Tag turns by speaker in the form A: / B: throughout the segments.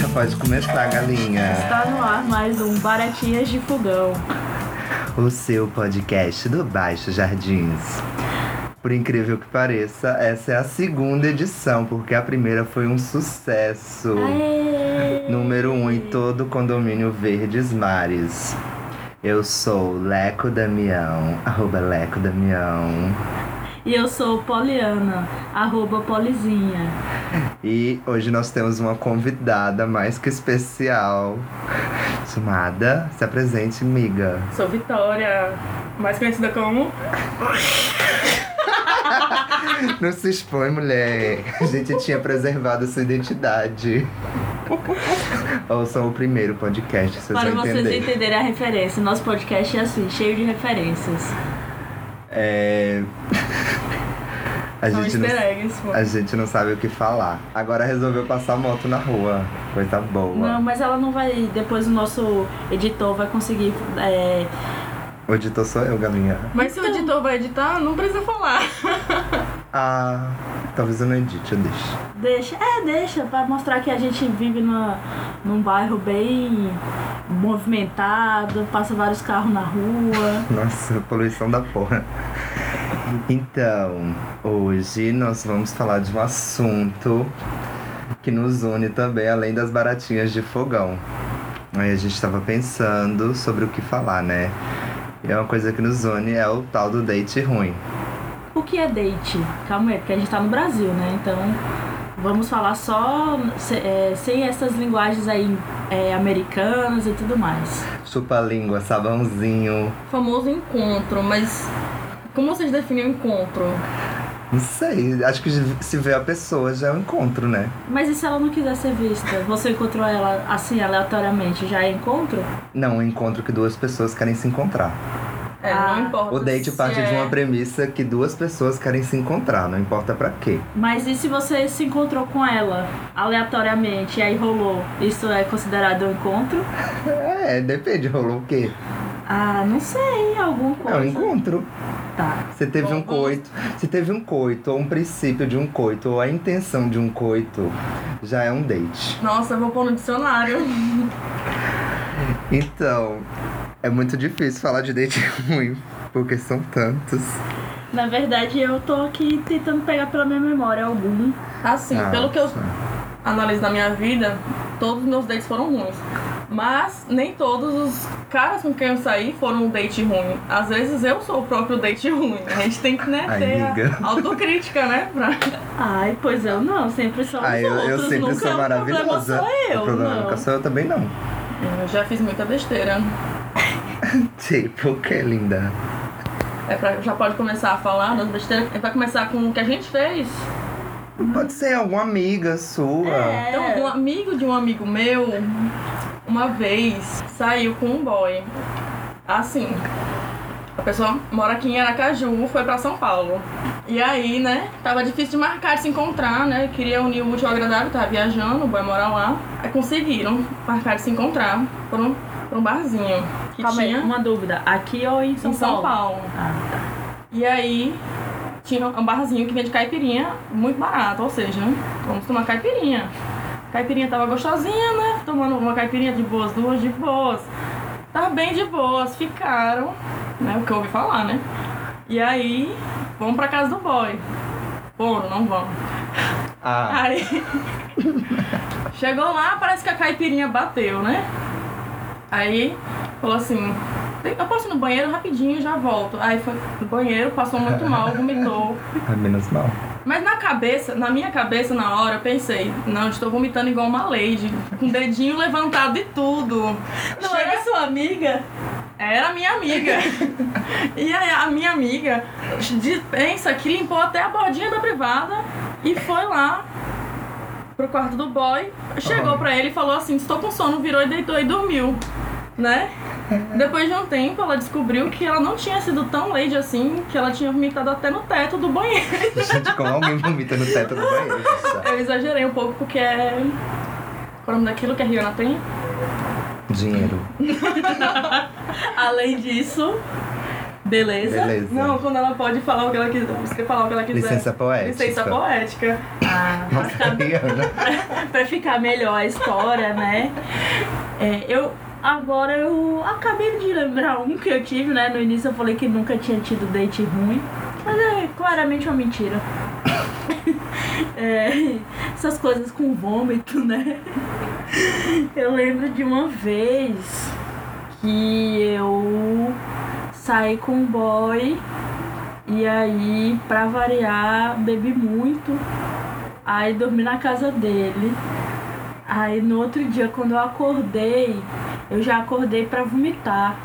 A: Já pode começar, galinha.
B: Está no ar mais um Baratinhas de Fogão.
A: O seu podcast do Baixo Jardins. Por incrível que pareça, essa é a segunda edição, porque a primeira foi um sucesso.
B: Aê!
A: Número 1 um em todo o condomínio Verdes Mares. Eu sou Leco Damião, arroba Leco Damião.
B: E eu sou Poliana, arroba Polizinha.
A: E hoje nós temos uma convidada mais que especial. Chamada, se apresente, miga.
C: Sou Vitória, mais conhecida como.
A: Não se expõe, mulher. A gente tinha preservado a sua identidade. Ouçam o primeiro podcast, vocês
B: Para
A: vão
B: vocês
A: entender.
B: entenderem a referência, nosso podcast é assim, cheio de referências.
A: É... a,
C: São
A: gente não... É,
C: easter eggs, pô.
A: a gente não sabe o que falar. Agora resolveu passar moto na rua. Coisa boa.
B: Não, mas ela não vai. Depois o nosso editor vai conseguir. é,
A: O editor sou eu, galinha.
C: Mas se o editor vai editar, não precisa falar.
A: Ah, talvez eu não edite, eu deixo.
B: deixa, é, deixa, para mostrar que a gente vive na, num bairro bem movimentado, passa vários carros na rua.
A: Nossa, poluição da porra. Então, hoje nós vamos falar de um assunto que nos une também, além das baratinhas de fogão. Aí a gente tava pensando sobre o que falar, né? E uma coisa que nos une é o tal do date ruim.
B: O que é date? Calma aí, porque a gente tá no Brasil, né? Então vamos falar só se- é, sem essas linguagens aí é, americanas e tudo mais.
A: Chupa a língua, sabãozinho.
C: Famoso encontro, mas. Como vocês definem o encontro?
A: Não sei, acho que se vê a pessoa já é um encontro, né?
B: Mas e se ela não quiser ser vista? Você encontrou ela assim aleatoriamente, já é encontro?
A: Não, um encontro que duas pessoas querem se encontrar.
C: É,
B: Ah.
C: não importa.
A: O date
C: se
A: parte de
C: é-
A: uma premissa que duas pessoas querem se encontrar, não importa pra quê.
B: Mas e se você se encontrou com ela aleatoriamente e aí rolou? Isso é considerado um encontro?
A: É, depende, rolou o quê?
B: Ah, não sei, algum
A: É um
B: coisa.
A: encontro.
B: Tá.
A: Você teve um coito. Se teve um coito, ou um princípio de um coito, ou a intenção de um coito, já é um date.
C: Nossa, eu vou pôr no dicionário.
A: Então, é muito difícil falar de date ruim, porque são tantos.
B: Na verdade, eu tô aqui tentando pegar pela minha memória algum.
C: Assim,
A: Ah,
C: pelo que eu
A: sim.
C: analiso na minha vida, todos os meus dates foram ruins. Mas nem todos os caras com quem eu saí foram um date ruim. Às vezes eu sou o próprio date ruim. A gente tem que, né,
A: Ai,
C: ter
A: amiga.
C: a autocrítica, né? Pra...
B: Ai, pois eu não, sempre sou
A: Ah,
B: os
A: eu, eu
B: outros,
A: sempre
B: nunca
A: sou maravilhosa.
B: O problema sou eu,
A: o problema
B: não.
A: nunca sou eu também não.
C: Eu já fiz muita besteira.
A: Tipo, que linda.
C: É pra, já pode começar a falar das besteiras. É pra começar com o que a gente fez.
A: Pode ser alguma amiga sua.
B: É.
C: Então, um amigo de um amigo meu, uma vez, saiu com um boy. Assim, a pessoa mora aqui em Aracaju, um foi pra São Paulo. E aí, né, tava difícil de marcar, de se encontrar, né? Queria unir o útil ao agradável, tava viajando, o boy mora lá. Aí conseguiram marcar de se encontrar por um, por um barzinho que
B: Calma aí,
C: tinha
B: uma dúvida. Aqui ou em São
C: em
B: Paulo?
C: São Paulo.
B: Ah, tá.
C: E aí tinha um barzinho que vende caipirinha muito barato, ou seja, vamos tomar caipirinha. Caipirinha tava gostosinha, né? Tomando uma caipirinha de boas, duas de boas. Tá bem de boas, ficaram, né? O que eu ouvi falar, né? E aí, vamos pra casa do boy. Foram, não vamos.
A: Ah.
C: Aí. Chegou lá, parece que a caipirinha bateu, né? Aí falou assim: Eu posso ir no banheiro rapidinho e já volto. Aí foi no banheiro, passou muito mal, vomitou.
A: Ah, menos mal.
C: Mas na cabeça, na minha cabeça na hora, eu pensei: Não, eu estou vomitando igual uma lady, com o dedinho levantado e tudo.
B: Não
C: Chega-
B: era sua amiga?
C: era minha amiga. e aí a minha amiga de- pensa que limpou até a bordinha da privada e foi lá pro quarto do boy, chegou
A: Aham.
C: pra ele e falou assim: "Estou com sono", virou e deitou e dormiu, né? Depois de um tempo, ela descobriu que ela não tinha sido tão lady assim, que ela tinha vomitado até no teto do banheiro.
A: Gente, como alguém vomita no teto do banheiro? gente?
B: é
C: Eu exagerei um pouco porque é. Qual é o nome daquilo que a Rihanna tem?
A: Dinheiro.
C: Além disso, beleza.
A: Beleza.
C: Não, quando ela pode falar o que ela quiser, falar o que ela quiser.
A: Licença poética.
C: Licença poética.
B: Ah,
A: Nossa, Rihanna.
B: pra ficar melhor a história, né? É, eu agora eu acabei de lembrar um que eu tive, né? No início eu falei que nunca tinha tido date ruim, mas é claramente uma mentira. É, essas coisas com vômito, né? Eu lembro de uma vez que eu saí com um boy e aí, pra variar, bebi muito. Aí dormi na casa dele. Aí no outro dia, quando eu acordei, eu já acordei pra vomitar.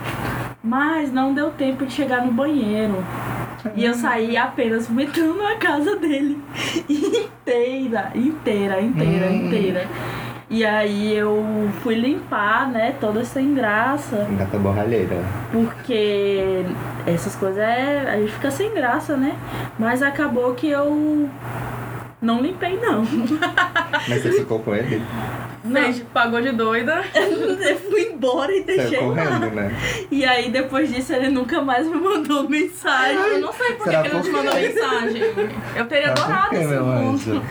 B: Mas não deu tempo de chegar no banheiro. E eu saí apenas vomitando na casa dele. Inteira, inteira, inteira,
A: Hum.
B: inteira. E aí eu fui limpar, né? Toda sem graça.
A: Gata borralheira.
B: Porque essas coisas é, a gente fica sem graça, né? Mas acabou que eu não limpei, não.
A: Mas você ficou com ele?
C: Fez, pagou de doida.
B: Eu fui embora e
A: Saiu
B: deixei lá.
A: correndo, né?
B: E aí, depois disso, ele nunca mais me mandou mensagem.
C: Eu não sei por que
A: Será
C: que ele não te
A: por quê?
C: mandou mensagem. Eu teria
A: Ah, por
C: adorado
A: quê,
C: esse
A: meu
C: encontro.
A: anjo?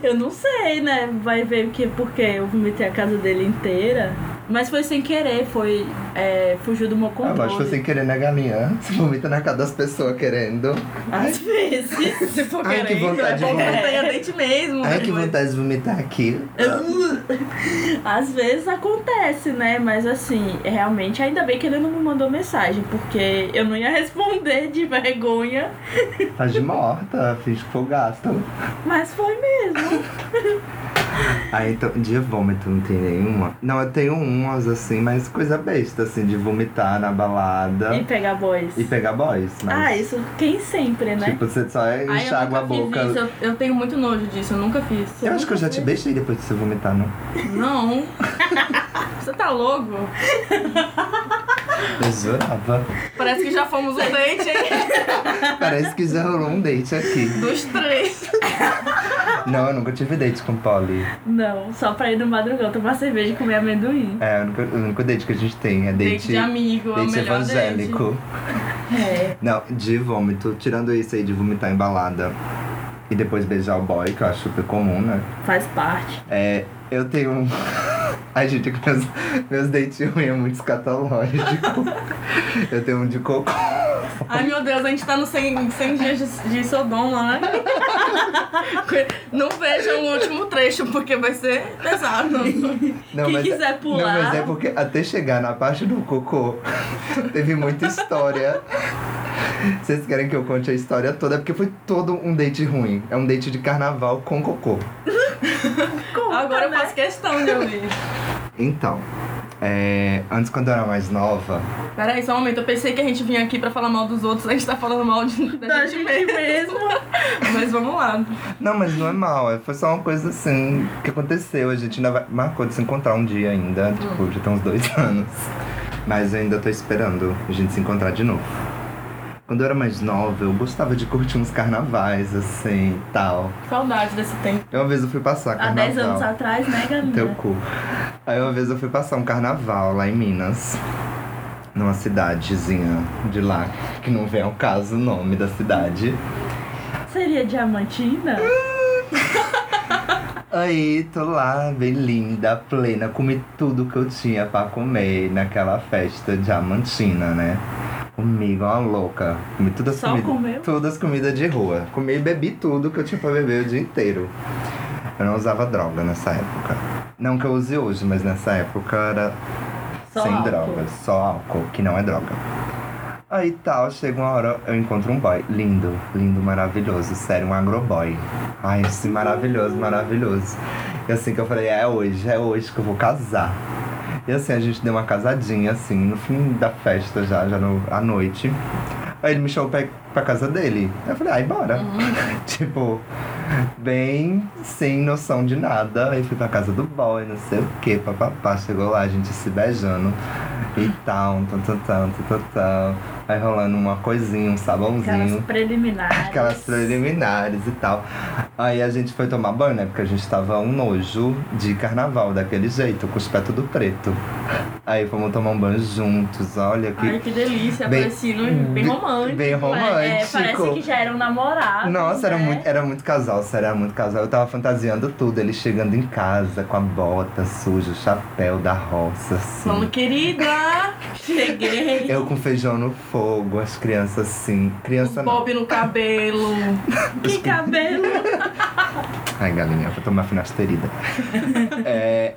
B: Eu não sei, né? Vai ver que, porque eu vomitei a casa dele inteira. Mas foi sem querer, foi. é, fugiu do meu
A: Ah,
B: controle.
A: lógico, sem querer, né, galinha? Você vomita na cara das pessoas querendo.
B: Às vezes.
C: Se for
A: Ai, que
C: querendo, é
A: vontade de
C: bom que
B: vomitar.
C: tenha dente mesmo.
A: Ai, que
C: depois.
A: vontade de vomitar aqui.
B: Às vezes acontece, né? Mas assim, realmente, ainda bem que ele não me mandou mensagem, porque eu não ia responder de vergonha.
A: Faz Tá de morta, finge que foi gasto.
B: Mas foi mesmo.
A: Aí, então, de vômito não tem nenhuma? Não, eu tenho umas, assim, mas coisa besta, assim, de vomitar na balada
B: E pegar boys.
A: e, pegar boys. Mas,
B: Ah, isso quem sempre, né?
A: tipo, você só
C: Ai, eu
A: enxágua a
C: nunca fiz
A: boca.
C: isso, Eu, eu tenho muito nojo disso, eu nunca fiz.
A: Eu acho que eu já te beijei depois de você vomitar, não?
C: Não. Você tá louco?
A: Eu jurava.
C: Parece que já fomos um date, hein?
A: Parece que já rolou um date aqui.
C: Dos três.
A: Não, eu nunca tive date com Polly.
B: Não, só pra ir no madrugão tomar cerveja e comer amendoim.
A: É, o único, o único date que a gente tem é
C: Date,
A: date,
C: de amigo, é o
A: date
C: melhor
A: evangélico.
B: É.
A: Não, de vômito. Tirando isso aí de vomitar em balada e depois beijar o boy, que eu acho super comum, né?
B: Faz parte.
A: É, eu tenho um. Ai, gente, é que meus, meus dates ruins é muito escatológico. eu tenho um de cocô.
C: date. Ai, meu Deus, a gente tá nos 100, 100 dias de, de Sodoma, né? Não vejam o último trecho, porque vai ser pesado.
A: Não,
B: Quem
A: é-
B: quiser
A: Não,
B: pular.
A: mas é porque até chegar na parte do cocô, teve muita história. Vocês querem que eu conte a história toda? É Porque foi todo um date ruim. É um date de carnaval com cocô.
B: Conta,
C: Agora eu
B: né?
C: faço questão de ouvir.
A: Então, é, antes quando eu era mais nova,
C: Peraí, só um momento. Eu pensei que a gente vinha aqui pra falar mal dos outros, a gente tá falando mal de,
B: Tá
C: da
B: de
C: gente
B: meio
C: mesmo.
B: mesmo.
C: Mas vamos lá.
A: Não, mas não é mal. é- Foi só uma coisa assim que aconteceu. A gente ainda vai- marcou de se encontrar um dia ainda.
B: Hum.
A: Tipo, já tem uns dois anos. Mas eu ainda tô esperando a gente se encontrar de novo. Quando eu era mais nova, eu gostava de curtir uns carnavais, assim, e tal.
C: Saudades desse tempo.
A: E Uma vez eu fui passar
B: Há
A: carnaval.
B: 10 anos atrás, né,
A: Teu
B: Galinha?
A: cu. Aí uma vez eu fui passar um carnaval lá em Minas. Numa cidadezinha de lá, que não vem ao caso o nome da cidade.
B: Seria diamantina?
A: Aí, tô lá, bem linda, plena, comi tudo que eu tinha pra comer naquela festa diamantina, né? Comigo, uma louca. Comi todas as
B: Só
A: comidas.
B: comeu?
A: Todas as comidas de rua. Comi e bebi tudo que eu tinha pra beber o dia inteiro. Eu não usava droga nessa época. Não que eu use hoje, mas nessa época era
B: Só
A: sem
B: álcool.
A: drogas, só álcool, que não é droga. Aí tal, chega uma hora, eu encontro um boy. Lindo, lindo, maravilhoso. Sério, um agroboy. Ai, esse maravilhoso,
B: Uhum.
A: maravilhoso. E assim que eu falei, é hoje, é hoje que eu vou casar. E assim, a gente deu uma casadinha, assim, no fim da festa já, já no, à noite. Aí ele me chamou pra, pra casa dele. Eu falei, ai, bora. tipo, bem sem noção de nada. Aí fui pra casa do boy, não sei o que, papapá. Chegou lá, a gente se beijando. E tal, tal, tal, tal, tal, tal. Vai rolando uma coisinha, um
B: Aquelas
A: sabãozinho.
B: preliminares.
A: Aquelas preliminares e tal. Aí a gente foi tomar banho, né? Porque a gente tava um nojo de carnaval, daquele jeito, com os pés tudo preto. Aí fomos tomar um banho juntos, olha que.
C: Ai, que delícia,
A: Bem-
C: parecendo
B: um
C: bem romântico.
A: Bem
B: É,
A: romântico.
B: parece que já eram namorados.
A: Nossa, era
B: né?
A: muito, era muito casal, sério, era muito casal. Eu tava fantasiando tudo, ele chegando em casa com a bota suja, o chapéu da roça, assim.
C: Mano, querida, cheguei.
A: Eu com feijão no fogo, as crianças assim. Criança não.
C: Bob no cabelo.
B: Que cabelo!
A: Ai, galinha, vou tomar finasterida. é.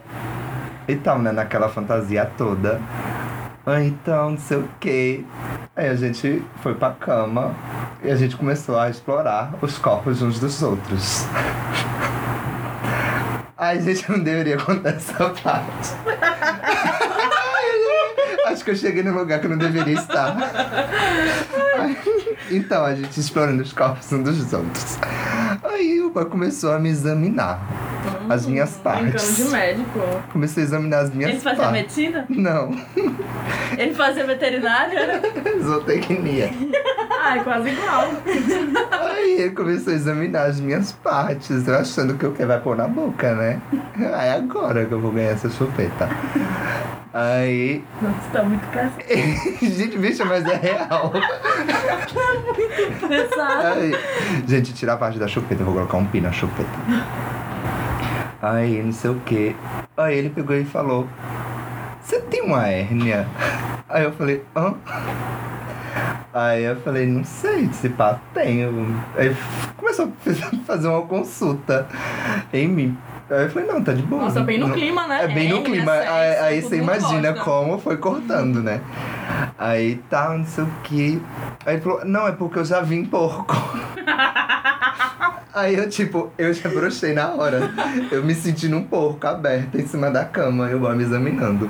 A: E tal, né? Naquela fantasia toda. Ah, então, não sei o quê. Aí a gente foi pra cama e a gente começou a explorar os corpos uns dos outros. Ai, gente, não deveria contar essa parte. Ai, Acho que eu cheguei num lugar que eu não deveria estar. Ai, Então, a gente explorando os corpos uns dos outros. Aí o pai começou a me examinar. As minhas
C: Brincando de
A: partes.
C: médico.
A: Comecei a examinar as minhas
B: Ele fazia
A: partes.
B: medicina?
A: Não,
B: Ele fazia veterinária?
A: zootecnia.
B: Ah, é
C: Ai, quase igual.
A: Aí ele começou a examinar as minhas partes, eu achando que o que vai pôr na boca, né? Aí agora que eu vou ganhar essa chupeta. Aí.
B: Nossa, tá muito casado.
A: Gente, bicha, mas é real. Aí, gente, tira a parte da chupeta, eu vou colocar um pi na chupeta. Aí, não sei o que. Aí ele pegou e falou: Você tem uma hérnia? Aí eu falei: Hã? Aí eu falei: Não sei, se pá, tenho. Aí começou a fazer uma consulta em mim. Aí eu falei: Não, tá de boa.
C: Nossa, bem no
A: Não-
C: clima, né?
A: é bem no
C: Hérnia,
A: clima.
C: sexo,
A: Aí, aí
C: todo
A: você
C: mundo
A: imagina
C: gosta.
A: como foi cortando, né? Aí tá, não sei o que. Aí ele falou, não, é porque eu já vim porco. aí eu, tipo, eu já brochei na hora. Eu me senti num porco aberto em cima da cama, eu vou me examinando.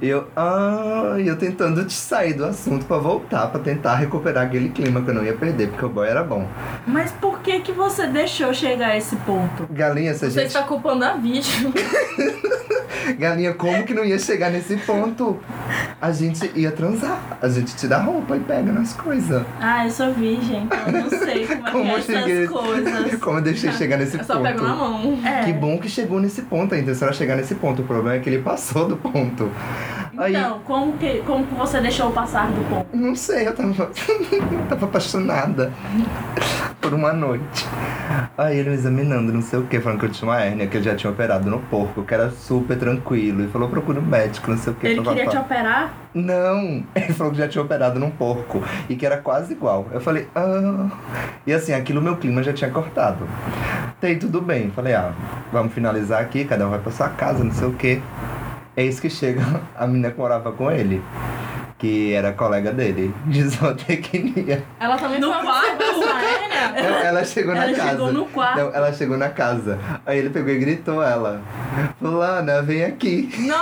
A: E eu, ah, e eu tentando te sair do assunto pra voltar, pra tentar recuperar aquele clima que eu não ia perder, porque o boy era bom.
B: Mas por que que você deixou chegar a esse ponto?
A: Galinha, se a
C: Você
A: gente.
C: está tá culpando a vítima.
A: Galinha, como que não ia chegar nesse ponto? A gente ia transar. A gente tira a roupa e pega nas coisas.
B: Ah, eu sou virgem, então eu não sei como,
A: Como
B: é que é
A: cheguei-
B: essas coisas. Tá.
A: Como eu deixei chegar nesse
C: Eu só pego na
A: ponto?
C: mão.
B: É.
A: Que bom que chegou nesse ponto. A intenção era chegar nesse ponto. O problema é que ele passou do ponto. Aí,
B: Então, como que, como que você deixou passar do ponto?
A: não sei, eu tava, tava apaixonada por uma noite. Aí ele me examinando, não sei o que, falando que eu tinha uma hérnia, que ele já tinha operado no porco, que era super tranquilo. E falou, procura um médico, não sei o que.
B: Ele queria te operar?
A: Não, ele falou que já tinha operado num porco e que era quase igual. Eu falei, ah. E assim, aquilo meu clima já tinha cortado. Tei, tudo bem. Falei, ah, vamos finalizar aqui, cada um vai pra sua casa, não sei o quê. Eis que chega a menina que morava com ele, que era colega dele, de zootecnia.
C: Ela também
B: Não
C: foi né? vaga.
B: Ela
A: Ela, ela chegou na casa.
B: chegou no quarto.
A: Não, ela chegou na casa. Aí ele pegou e gritou ela. Fulana, vem aqui.
C: Não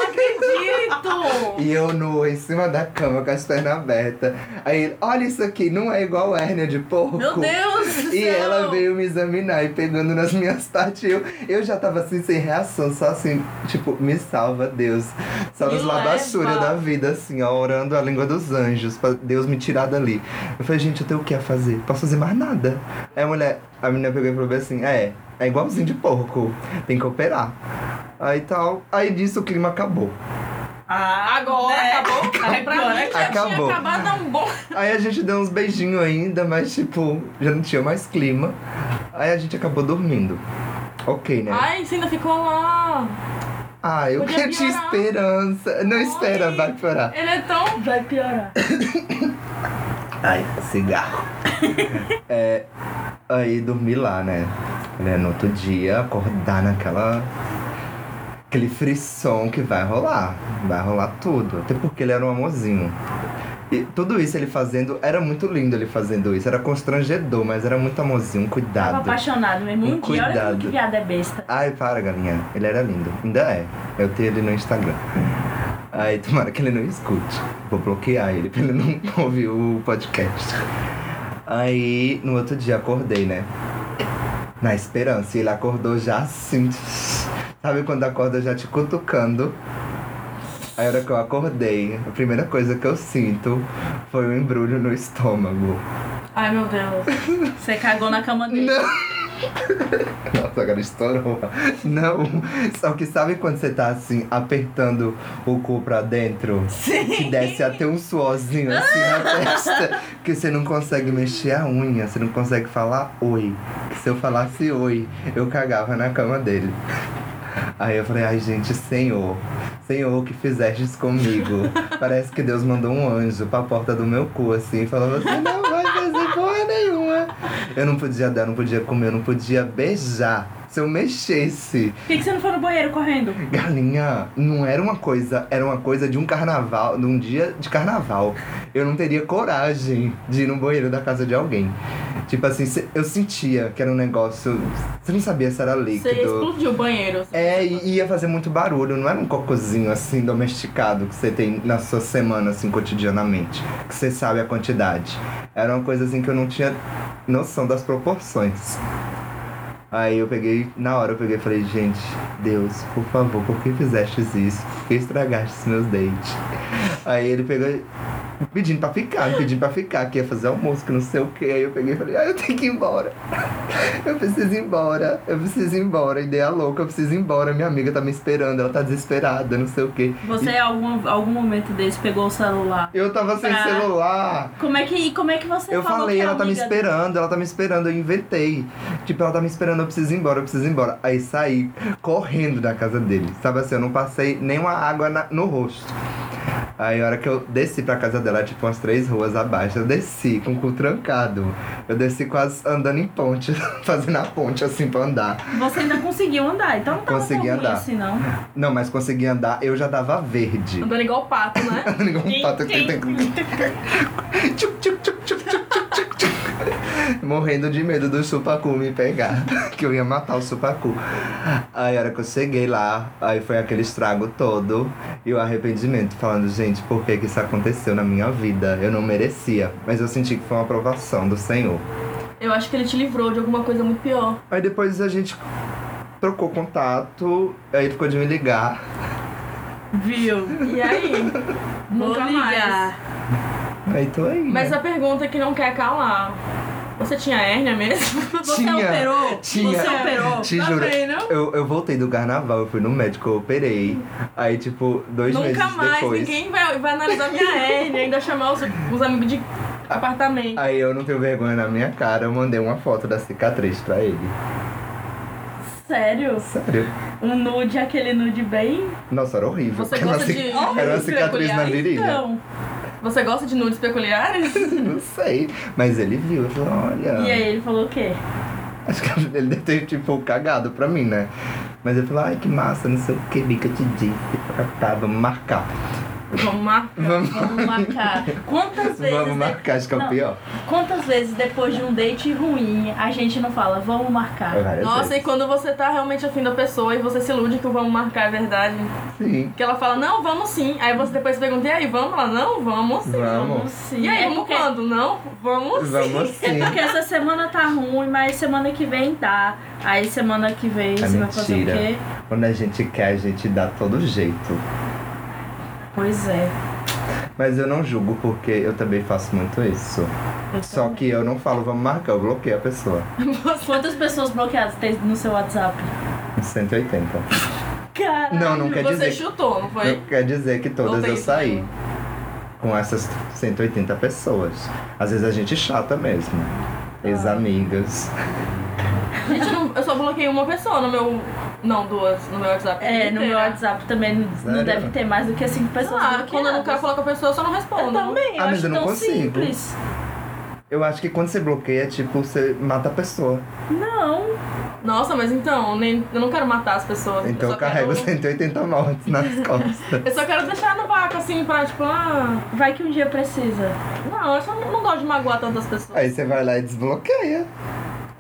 C: acredito!
A: E eu nua em cima da cama com as pernas abertas. Aí, ele, olha isso aqui, não é igual hérnia de porco.
C: Meu Deus do
A: E
C: céu!
A: ela veio me examinar e pegando nas minhas partes. Eu, eu já tava assim, sem reação, só assim, tipo, me salva, Deus. Salva
C: Me
A: os labachuras
C: leva.
A: da vida, assim, ó, orando a língua dos anjos, pra Deus me tirar dali. Eu falei, gente, eu tenho o que a fazer? Posso fazer mais nada. Aí a mulher, a menina pegou e falou bem assim: é, é igualzinho de porco, tem que operar. Aí tal, aí disso o clima acabou.
B: Ah,
C: Agora né? acabou? Aí pra mim já
A: Acabou.
C: tinha acabado há um bom
A: Aí a gente deu uns beijinhos ainda, mas tipo, já não tinha mais clima. Aí a gente acabou dormindo. Ok, né?
C: Ai, você ainda ficou lá.
A: ah, eu
C: podia
A: que tinha
C: piorar.
A: esperança. Não espera,
C: Ai.
A: vai piorar.
C: Ele é tão.
B: vai piorar.
A: Ai, cigarro. É, aí dormi lá, né? Falei, no outro dia, acordar naquela. Aquele frisson que vai rolar. Vai rolar tudo. Até porque ele era um amorzinho. E tudo isso ele fazendo, era muito lindo ele fazendo isso. Era constrangedor, mas era muito amorzinho, um
B: Tava
A: cuidado.
B: apaixonado mesmo. Um dia, olha
A: Cuidado.
B: como que viado é besta.
A: Ai, para, galinha. Ele era lindo. Ainda é. Eu tenho ele no Instagram. Ai, tomara que ele não escute. Vou bloquear ele pra ele não ouvir o podcast. Aí, no outro dia, acordei, né? Na esperança. E ele acordou já assim. Sabe quando acorda já te cutucando? A hora que eu acordei, a primeira coisa que eu sinto foi um embrulho no estômago.
C: Ai, meu Deus.
B: Você cagou na cama dele.
A: Nossa, agora estourou. Não, só que sabe quando você tá assim, apertando o cu pra dentro? Que
C: Sim.
A: desce até um suorzinho assim na testa, que você não consegue mexer a unha, você não consegue falar oi. Que se eu falasse oi, eu cagava na cama dele. Aí eu falei, ai gente, Senhor, Senhor, que fizestes comigo? Parece que Deus mandou um anjo pra porta do meu cu, assim, e falou, você não vai fazer porra nenhuma. Eu não podia dar, não podia comer, eu não podia beijar. Se eu mexesse,
B: Por que, que você não foi no banheiro correndo?
A: Galinha, não era uma coisa, era uma coisa de um carnaval, de um dia de carnaval. Eu não teria coragem de ir no banheiro da casa de alguém. Tipo assim, se- eu sentia que era um negócio. Você não sabia se era
C: Você
A: líquido.
C: explodiu o banheiro.
A: É, e ia fazer muito barulho, não era um cocôzinho assim domesticado que você tem na sua semana, assim, cotidianamente. Que você sabe a quantidade. Era uma coisa assim que eu não tinha noção das proporções. Aí eu peguei, na hora eu peguei e falei, gente, Deus, por favor, por que fizestes isso? Por que estragastes meus dentes? Aí ele pegou, e- pedindo pra ficar, pedindo pra ficar, que ia fazer almoço, que não sei o que. Aí eu peguei e falei, ah, eu tenho que ir embora. Eu preciso ir embora, eu preciso ir embora. Ideia louca, eu preciso ir embora. Minha amiga tá me esperando, ela tá desesperada, não sei o que.
B: Você, em algum, algum momento desse, pegou o celular.
A: Eu tava sem
B: Ah.
A: celular.
B: Como é que, e como é que você
A: Eu
B: falou
A: falei,
B: que a
A: ela tá me
B: amiga-
A: esperando, ela tá me esperando, eu inventei. Tipo, ela tá me esperando, eu preciso ir embora, eu preciso ir embora. Aí saí correndo da casa dele. Sabe assim, eu não passei nenhuma água na- no rosto. Aí a hora que eu desci pra casa dela, tipo umas três ruas abaixo, eu desci com o cu trancado. Eu desci quase andando em ponte, fazendo a ponte assim pra andar.
B: Você ainda conseguiu andar, então não tava
A: Consegui
B: tão ruim
A: andar.
B: assim, não.
A: Não, mas consegui andar, eu já tava verde.
C: Andando igual pato, né?
A: Igual um pato. tá, Tchuc, tchuc, tchuc, tchuc, tchuc, tchuc, tchuc. Morrendo de medo do supacu me pegar, que eu ia matar o supacu. Aí, a hora que eu cheguei lá, aí foi aquele estrago todo e o arrependimento, falando, gente, por que, que isso aconteceu na minha vida? Eu não merecia, mas eu senti que foi uma aprovação do Senhor.
C: Eu acho que ele te livrou de alguma coisa muito pior.
A: Aí depois a gente trocou contato, aí ele ficou de me ligar.
B: Viu?
C: E aí? Nunca
B: Vou ligar.
A: Aí tô aí.
C: Mas
A: né?
C: a pergunta que não quer calar. Você tinha hérnia mesmo?
B: Você
A: Tinha,
B: operou?
A: tinha.
B: Você operou?
A: Te
C: tá
A: juro,
C: bem, não?
A: Eu, eu voltei do carnaval, eu fui no médico, eu operei. Aí, tipo, dois
C: Nunca
A: meses
C: mais
A: depois.
C: ninguém vai, vai analisar minha hérnia, ainda chamar os, os amigos de apartamento.
A: Aí eu não tenho vergonha na minha cara, eu mandei uma foto da cicatriz pra ele.
B: Sério?
A: Sério.
B: Um nude, aquele nude bem.
A: Nossa, era horrível.
C: Você
A: era uma
C: gosta
A: cic-
C: de
A: era uma
C: nudes
A: cicatriz na
C: peculiares?
A: virilha.
B: Então.
C: Você gosta de nudes peculiares?
A: Não sei. Mas ele viu, eu falei, olha.
B: E aí ele falou o quê?
A: Acho que ele deve ter, tipo, cagado pra mim, né? Mas eu falei, ai, que massa, não sei o que, bica te disse. Tá, vamos marcar.
C: Vamos marcar.
A: Vamos,
B: Vamos marcar. Quantas vezes.
A: vamos
C: né?
A: marcar, acho que é o
B: Não.
A: pior.
B: Quantas vezes depois de um date ruim a gente não fala, vamos marcar?
A: Várias
C: Nossa, e
A: vezes.
C: quando você tá realmente afim da pessoa e você se ilude que o vamos marcar é verdade.
A: Sim.
C: Que ela fala, não, vamos sim. Aí você depois pergunta, e aí, vamos? Ela, não, vamos sim.
A: Vamos.
B: sim.
C: E aí,
B: É
C: vamos
B: porque-
C: quando? Não, vamos sim.
A: Vamos sim.
B: Porque essa semana tá ruim, mas semana que vem tá. Aí semana que vem você vai fazer o
A: É mentira.
B: quê?
A: Quando a gente quer, a gente dá todo jeito.
B: Pois é.
A: Mas eu não julgo porque eu também faço muito isso.
B: Eu
A: Só
B: também.
A: que eu não falo, vamos marcar, eu bloqueio a pessoa.
B: Quantas pessoas bloqueadas tem no seu WhatsApp?
A: Uns 180.
B: Cara.
A: Não, não quer
C: você
A: dizer. que-
C: chutou, não foi?
A: Não quer dizer que
C: Não
A: todas
C: tem
A: eu
C: isso,
A: saí
C: não.
A: com essas 180 pessoas. Às vezes a gente chata mesmo. Ex-amigas.
C: Gente, não- eu só bloqueei uma pessoa no meu. Não, duas, no meu WhatsApp.
B: É, no meu
C: Inteira.
B: WhatsApp também não- não
A: Sério?
B: deve ter mais do que cinco
C: Sei
B: pessoas.
C: lá, né? Ah, quando eu não quero
B: bloqueadas.
C: falar com a pessoa, eu só não respondo.
B: Eu também, eu
A: Ah, mas
B: acho
A: eu não
B: tão
A: consigo.
B: simples.
A: Eu acho que quando você bloqueia, tipo, você mata a pessoa.
B: Não,
C: Nossa, mas então, eu nem, eu não quero matar as pessoas.
A: Então
C: eu só
A: eu carrego
C: quero,
A: 180 mortes nas costas.
C: Eu só quero deixar no vácuo, assim, pra tipo, ah.
B: vai que um dia precisa.
C: Não, eu só não, não gosto de magoar tantas pessoas.
A: Aí você vai lá e desbloqueia.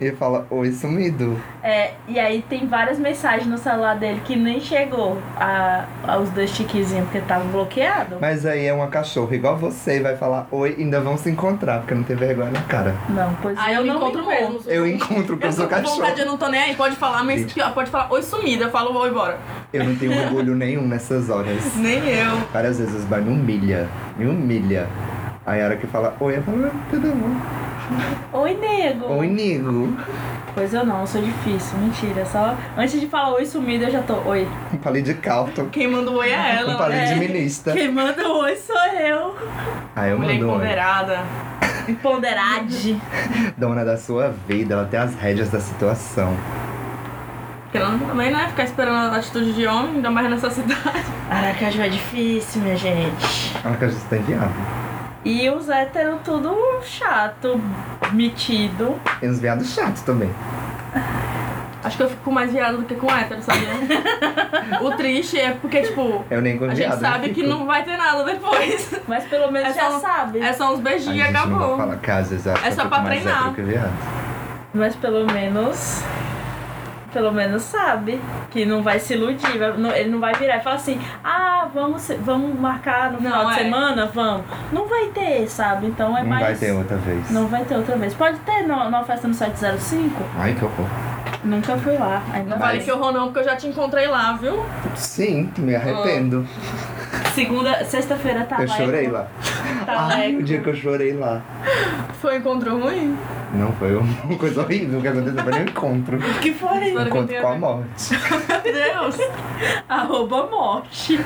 A: E E fala, oi, sumido.
B: É, e aí tem várias mensagens no celular dele que nem chegou a, aos dois chiquezinhos, porque tava bloqueado.
A: Mas aí é uma cachorra igual você e vai falar, oi, ainda vão se encontrar, porque não tem vergonha na cara.
B: Não, pois
C: Aí eu,
B: não
C: não encontro
B: me
C: mesmo. sou
A: Eu
C: sumida.
A: encontro com
C: Eu
A: eu
C: tô
A: sou
C: com vontade,
A: cachorro.
C: eu não tô nem aí. Pode falar, mas
A: Gente.
C: pior, pode falar, oi sumida. Eu falo, vou embora.
A: Eu não tenho orgulho nenhum nessas horas.
C: Nem eu.
A: Várias vezes os me humilha, me humilha. Aí a hora que fala, oi, eu falo, "Ah, tudo bom.
B: Oi, nego.
A: Oi, Nigo.
B: Pois eu não, eu sou difícil. Mentira, só. Antes de falar oi sumido, eu já tô. Oi.
A: Um palito de Calton,
C: Quem manda o oi é ela.
A: um palito
C: né?
A: de ministra.
B: Quem manda um oi sou eu.
A: Aí eu
C: é Mulher
A: mando um oi.
C: ponderada.
B: Ponderade.
A: Dona da sua vida, ela tem as rédeas da situação.
C: Porque ela não- também não é ficar esperando a atitude de homem, ainda mais nessa cidade.
B: Aracaju é difícil, minha gente.
A: Ela que a gente tá enviado.
B: E os héteros tudo chato, metido.
A: Tem uns viados chatos também.
C: Acho que eu fico mais viada do que com hétero, sabia? o triste é porque, tipo,
A: Eu nem né? com
C: a
A: viado.
C: gente sabe que não vai ter nada depois.
B: Mas pelo menos
C: É
B: já
C: só-
B: sabe.
C: É só uns beijinhos e
A: a gente Não
C: acabou.
A: vai falar casas,
C: É só pra treinar.
A: Que viado.
B: Mas pelo menos. Pelo menos sabe que não vai se iludir. vai- não- ele não vai virar e falar assim: ah, vamos, se- vamos marcar no
C: Não,
B: final de
C: é.
B: semana? Vamos. Não vai ter, sabe? Então é
A: não
B: mais.
A: vai ter um- outra vez.
B: Não vai ter outra vez. Pode ter no- numa festa no 705?
A: Ai, que horror.
B: Nunca fui lá. Ainda
C: Não
A: Vai.
C: vale que horror não, porque eu já te encontrei lá, viu?
A: Sim, me arrependo.
B: Segunda, sexta-feira tá
A: eu
B: lá.
A: chorei lá.
B: Tá lá.
A: Ai, o dia que eu chorei lá.
C: Foi um encontro ruim?
A: Não, foi uma coisa horrível que aconteceu. Foi nem um encontro.
B: que foi?
C: Agora que eu
A: Encontro
C: tenho
A: com
C: a
A: a
C: ver.
A: morte.
C: Meu Deus!
B: Arroba morte.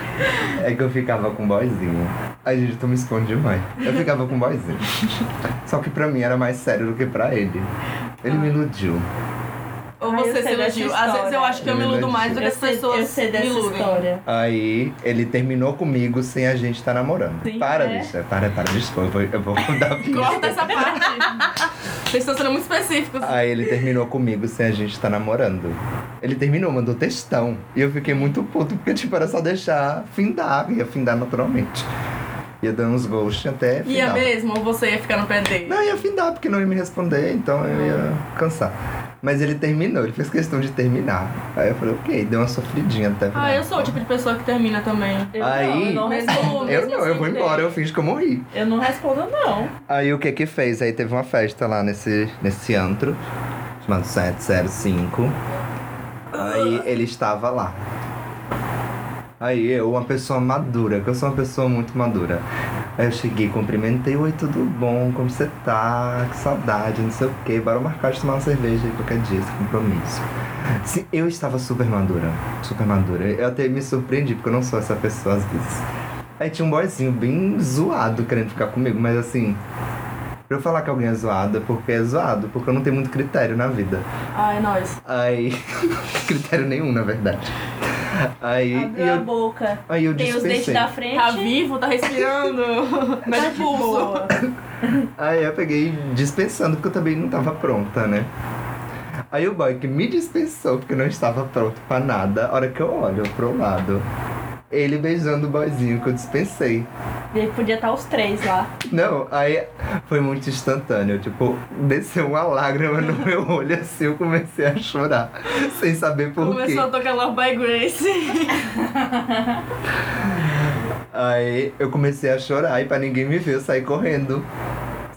A: É que eu ficava com um boyzinho. Ai, gente, tu me esconde demais. Eu ficava com um boyzinho. Só que pra mim era mais sério do que pra ele. Ele me iludiu.
C: Ou
B: Ai, eu
C: você
B: sei
C: se
B: dessa
C: iludiu? Às vezes eu
B: história.
C: acho que eu
A: Eu
C: me
A: me
C: iludo
A: iludi.
C: mais do que
B: Eu
C: as
B: sei,
C: pessoas
B: eu sei dessa
C: me iludem.
B: história.
A: Aí ele terminou comigo sem a gente estar namorando.
B: Sim,
A: para,
C: é.
B: né?
A: bicha. Para, para. Desculpa, eu vou, eu vou dar
C: Corta
A: pista.
C: essa parte. Vocês estão sendo muito específicos.
A: Aí ele terminou comigo sem a gente estar namorando. Ele terminou, mandou textão. E eu fiquei muito puto, porque tipo, era só deixar findar. Ia findar naturalmente. Ia dando uns ghosts até
C: Ia
A: é final.
C: mesmo, ou você ia ficar no pé dele?
A: Não, ia findar, porque não ia me responder, então eu ia cansar. Mas ele terminou, ele fez questão de terminar. Aí eu falei, ok, deu uma sofridinha até.
C: Ah, eu sou o tipo de pessoa que termina também.
B: Eu
A: Aí-
B: não, eu não
C: Mesmo-
B: respondo.
A: Eu
C: mesmo
A: não, eu
C: assim,
A: vou
C: né?
A: embora, eu fingi que eu morri.
B: Eu não respondo, não.
A: Aí o que que fez? Aí teve uma festa lá nesse, nesse antro, chamado 705. Aí ele estava lá. Aí eu, uma pessoa madura, que eu sou uma pessoa muito madura. Aí eu cheguei, cumprimentei, oi, tudo bom? Como você tá? Que saudade, não sei o quê. Bora marcar de tomar uma cerveja aí qualquer dia, esse compromisso. Se eu estava super madura, super madura. Eu até me surpreendi, porque eu não sou essa pessoa às vezes. Aí tinha um boyzinho bem zoado querendo ficar comigo, mas assim. Pra eu falar que alguém é zoado é porque é zoado, porque eu não tenho muito critério na vida.
C: Ah, é nóis.
A: Aí. critério nenhum, na verdade. Aí.
B: Abriu
A: e
B: a
A: eu,
B: boca.
A: aí eu
B: Ah, Tem os dentes
A: dispensei.
B: da frente.
C: Tá vivo, tá respirando.
B: tá
C: Mas
B: de
C: pulso.
B: boa.
A: Aí eu peguei dispensando, porque eu também não tava pronta, né? Aí o boy que me dispensou, porque eu não estava pronto pra nada, a hora que eu olho pro lado, ele beijando o boyzinho que eu dispensei.
B: Ele podia estar os três lá.
A: Não, aí foi muito instantâneo. Tipo, desceu uma lágrima no meu olho assim, eu comecei a chorar. Sem saber por quê.
C: Começou a tocar Love by Grace.
A: Aí eu comecei a chorar e pra ninguém me ver, eu saí correndo.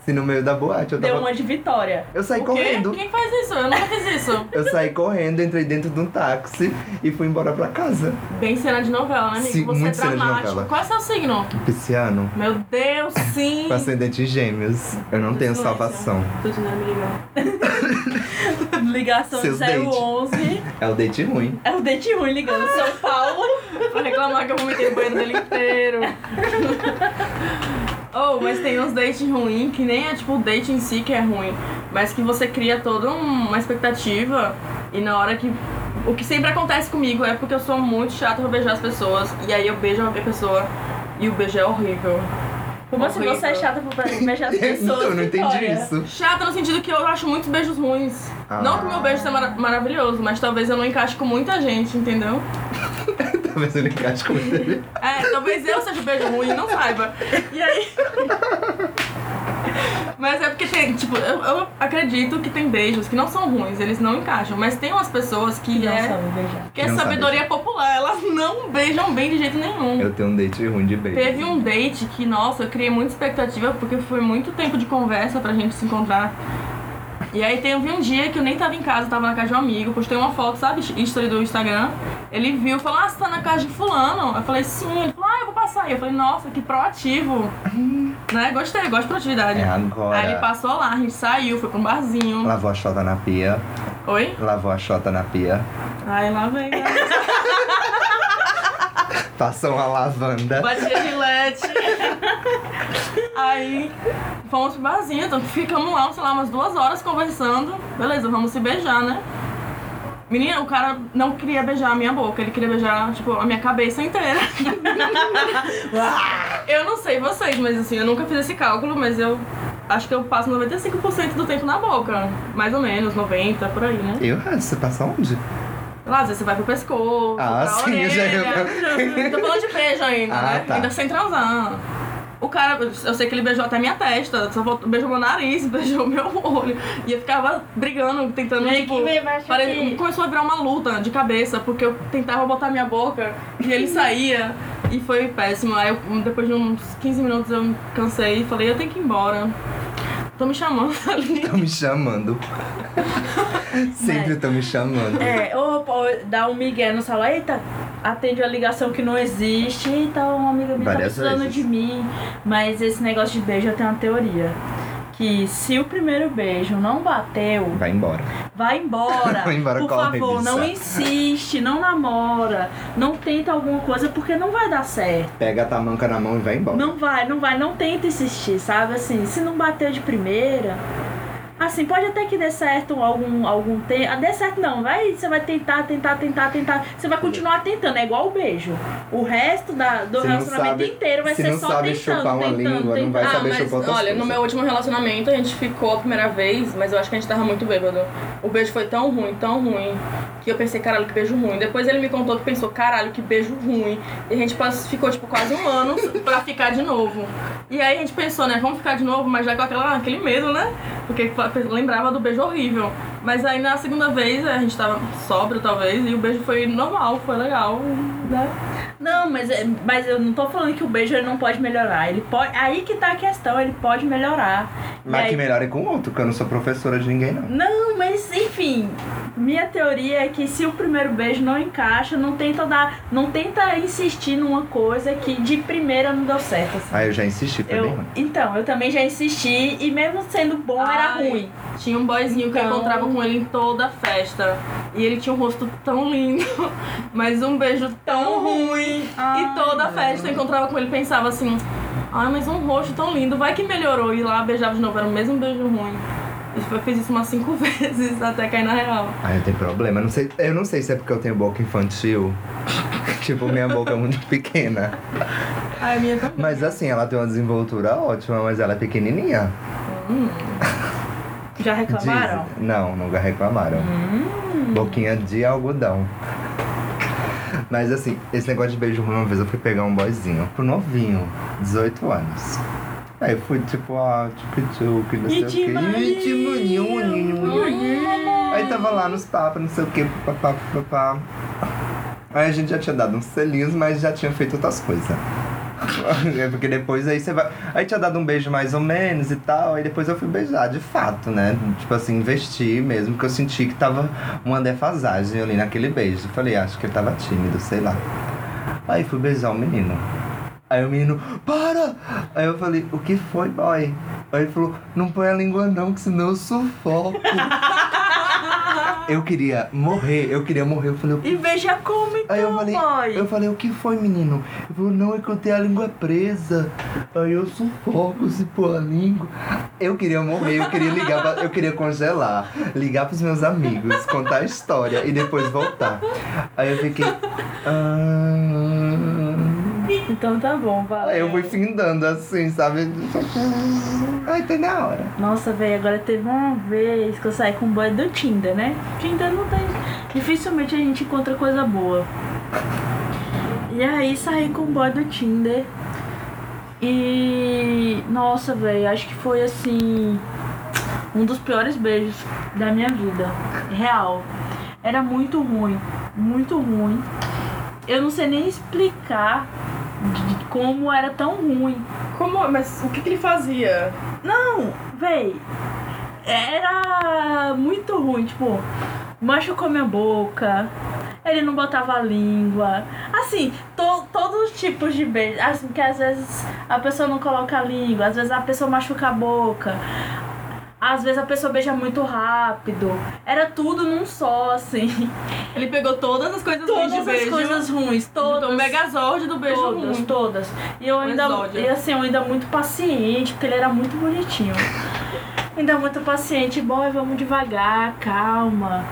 A: Se no meio da boate eu tava.
B: Deu uma de vitória.
A: Eu saí
C: O quê?
A: correndo.
C: Quem faz isso? Eu nunca fiz isso.
A: Eu saí correndo, entrei dentro de um táxi e fui embora pra casa.
C: Bem cena de novela, né, amigo?
A: Sim,
C: Você
A: muito
C: é
A: cena de
C: dramático.
A: novela.
C: Qual é seu signo?
A: Pisciano,
C: Meu Deus, sim.
A: com ascendente em gêmeos. Eu não tenho
C: Influência.
A: salvação.
C: Tô te dando ligado.
B: Ligação
A: Seus
B: de 011.
A: É o date ruim.
B: É o dente ruim ligando São Paulo.
C: Vou reclamar que eu vomitei o banheiro dele inteiro. oh, mas tem uns dates ruins que nem é tipo o date em si que é ruim, mas que você cria toda um- uma expectativa e na hora que. O que sempre acontece comigo é porque eu sou muito chata pra beijar as pessoas e aí eu beijo a pessoa e o beijo é horrível.
B: Como assim
C: Horrível.
B: você é chata pra beijar as pessoas?
A: Então, eu não entendi
B: Vitória?
A: isso.
C: Chata no sentido que eu acho muitos beijos ruins.
A: Ah.
C: Não que o meu beijo seja mara- maravilhoso, mas talvez eu não encaixe com muita gente, entendeu?
A: Talvez eu não encaixe com Tá ele.
C: É, talvez eu seja o beijo ruim, não saiba. E aí. Mas é porque tem, tipo, eu, eu acredito que tem beijos que não são ruins, eles não encaixam. Mas tem umas pessoas que,
B: não
C: é.
B: sabe beijar.
C: Que é
A: Não sabe.
C: sabedoria popular, elas não beijam bem de jeito nenhum.
A: Eu tenho um date ruim de beijo.
C: Teve um date que, nossa, eu criei muita expectativa porque foi muito tempo de conversa pra gente se encontrar. E aí teve um dia que eu nem tava em casa, eu tava na casa de um amigo, postei uma foto, sabe, history do Instagram. Ele viu, falou, ah, você tá na casa de fulano. Eu falei, sim. Ele falou, ah, eu vou passar aí. Eu falei, nossa, que proativo. né, gostei, gosto de proatividade.
A: É
C: Aí ele
A: agora.
C: passou lá, a gente saiu, foi pra um barzinho.
A: Lavou a xota na pia.
C: Oi?
A: Lavou a xota na pia.
C: Aí lá vem. né?
A: Passou uma lavanda.
C: Batia gilete. Aí fomos pro barzinho, então ficamos lá, sei lá, umas duas horas conversando. Beleza, vamos se beijar, né? Menina, o cara não queria beijar a minha boca, ele queria beijar, tipo, a minha cabeça inteira. eu não sei vocês, mas assim, eu nunca fiz esse cálculo, mas eu acho que eu passo 95% do tempo na boca. Mais ou menos, 90%, por aí, né?
A: Eu, ah, você passa onde?
C: Lá, às vezes você vai pro pescoço,
A: Ah,
C: pra
A: sim, eu já-
C: orelha. Tô falando de beijo ainda,
A: Ah,
C: né?
A: tá.
C: Ainda sem transar. O cara, eu sei que ele beijou até minha testa, só faltou- beijou meu nariz, beijou meu olho. E eu ficava brigando, tentando,
B: Vem
C: tipo...
B: aqui, vem baixo
C: pare-
B: aqui.
C: Começou a virar uma luta de cabeça, porque eu tentava botar minha boca e ele saía. E foi péssimo. Aí, eu- depois de uns 15 minutos, eu cansei e falei, eu tenho que ir embora. Tô me chamando ali.
A: Estão me chamando. Sempre estão me chamando.
B: É, ou, ou dá um migué no celular, eita, atende uma ligação que não existe, eita, uma amiga minha tá
A: Várias
B: precisando
A: vezes.
B: de mim. Mas esse negócio de beijo eu tenho uma teoria. Que se o primeiro beijo não bateu,
A: Vai embora.
B: vai embora.
A: Vai embora,
B: Tá. Por
A: corre,
B: favor,
A: bicha.
B: não insiste, não namora, não tenta alguma coisa porque não vai dar certo.
A: Pega tá a tamanca na mão e vai embora.
B: Não vai, não vai, não tenta insistir, sabe? Assim, se não bateu de primeira. Assim, pode até que dê certo algum, algum tempo. Ah, dê certo não, vai. Você vai tentar, tentar, tentar, tentar. Você vai continuar tentando, é igual o beijo. O resto da, do
A: Se não
B: relacionamento
A: sabe-
B: inteiro vai
A: se
B: ser
A: não
B: só
A: sabe
B: tentando,
A: chupar uma
B: tentando,
A: língua, não
B: tentando.
A: vai
C: ah,
A: saber
C: mas
A: chupar
C: olha,
A: outras
C: no
A: coisas.
C: meu último relacionamento a gente ficou a primeira vez, mas eu acho que a gente tava muito bêbado. O beijo foi tão ruim, tão ruim, que eu pensei, caralho, que beijo ruim. Depois ele me contou que pensou, caralho, que beijo ruim. E a gente passou- ficou, tipo, quase um ano pra ficar de novo. E aí a gente pensou, né, vamos ficar de novo, mas já com aquela, aquele medo, né? Porque fa- lembrava do beijo horrível. Mas aí na segunda vez a gente tava sóbrio, talvez, e o beijo foi normal, foi legal, né?
B: Não, mas, é- mas eu não tô falando que o beijo ele não pode melhorar. Ele pode. Aí que tá a questão, ele pode melhorar.
A: Mas
B: E
A: que
B: aí-
A: melhore com o outro, que eu não sou professora de ninguém, não.
B: Não, mas enfim, minha teoria é que se o primeiro beijo não encaixa, não tenta dar, não tenta insistir numa coisa que de primeira não deu certo. assim.
A: Aí eu já insisti, foi Tá bem
B: Eu,
A: ruim.
B: então, eu também já insisti e mesmo sendo bom era
C: Ai.
B: ruim.
C: Tinha um boyzinho que eu
B: Então-
C: encontrava com ele em toda a festa. E ele tinha um rosto tão lindo, mas um beijo tão ruim.
B: Ai,
C: e toda a festa eu encontrava com ele e pensava assim: ai, mas um rosto tão lindo, vai que melhorou. E lá beijava de novo, era o mesmo beijo ruim. Eu fiz isso umas cinco vezes até cair na real.
A: Ah, eu tenho problema. Eu não sei, eu não sei se é porque eu tenho boca infantil. tipo, minha boca é muito pequena.
C: Ai, a minha também.
A: Mas assim, ela tem uma desenvoltura ótima, mas ela é pequenininha.
B: Já
A: Diz-
B: reclamaram?
A: Não, nunca reclamaram. Boquinha de algodão. Mas assim, esse negócio de beijo ruim, uma vez eu fui pegar um boyzinho, pro novinho, 18 anos. Aí eu fui tipo, ah, tchuc-tchuc, não sei o quê.
B: Itimaninho.
A: Itimaninho, inininho, Aí tava lá nos papos, não sei o que, papá, papá. Aí a gente já tinha dado uns selinhos, mas já tinha feito outras coisas. É Porque depois aí você vai. Aí tinha dado um beijo mais ou menos e tal. Aí depois eu fui beijar, de fato, né? Tipo assim, investi mesmo, porque eu senti que tava uma defasagem ali naquele beijo. Falei, "Ah, acho que ele tava tímido, sei lá. Aí fui beijar o menino. Aí o menino, para! Aí eu falei, o que foi, boy? Aí ele falou, não põe a língua não, que senão eu sufoco. eu queria morrer, eu queria morrer. Eu falei, o
B: E veja como então,
A: Aí eu falei,
B: boy.
A: eu falei, o que foi, menino? Ele falou, não, é que eu tenho a língua presa. Aí eu sufoco se pôr a língua. Eu queria morrer, eu queria ligar, pra- eu queria congelar, ligar pros meus amigos, contar a história e depois voltar. Aí eu fiquei. "Ah."
B: Então tá bom, valeu.
A: Aí eu fui findando assim, sabe? Aí tem na hora.
B: Nossa, velho, agora teve uma vez que eu saí com um boy do Tinder, né? Tinder não tem. Dificilmente a gente encontra coisa boa. E aí saí com um boy do Tinder. E. Nossa, velho, acho que foi assim. Um dos piores beijos da minha vida. Real. Era muito ruim. Muito ruim. Eu não sei nem explicar de- de como era tão ruim.
C: Como? Mas o que, que ele fazia?
B: Não, véi. Era muito ruim, tipo, machucou minha boca. Ele não botava a língua. Assim, to, todos os tipos de beijo. Assim, que às vezes a pessoa não coloca a língua, às vezes a pessoa machuca a boca. Às vezes a pessoa beija muito rápido. Era tudo num só, assim.
C: Ele pegou todas as coisas ruins
B: Todas
C: de
B: as
C: beijo. um
B: coisas ruins, todas.
C: O megazord do beijo
B: Todas,
C: ruim.
B: todas. E eu ainda,
C: exódio.
B: e assim, eu ainda muito paciente, porque ele era muito bonitinho. ainda muito paciente, bom, vamos devagar, calma.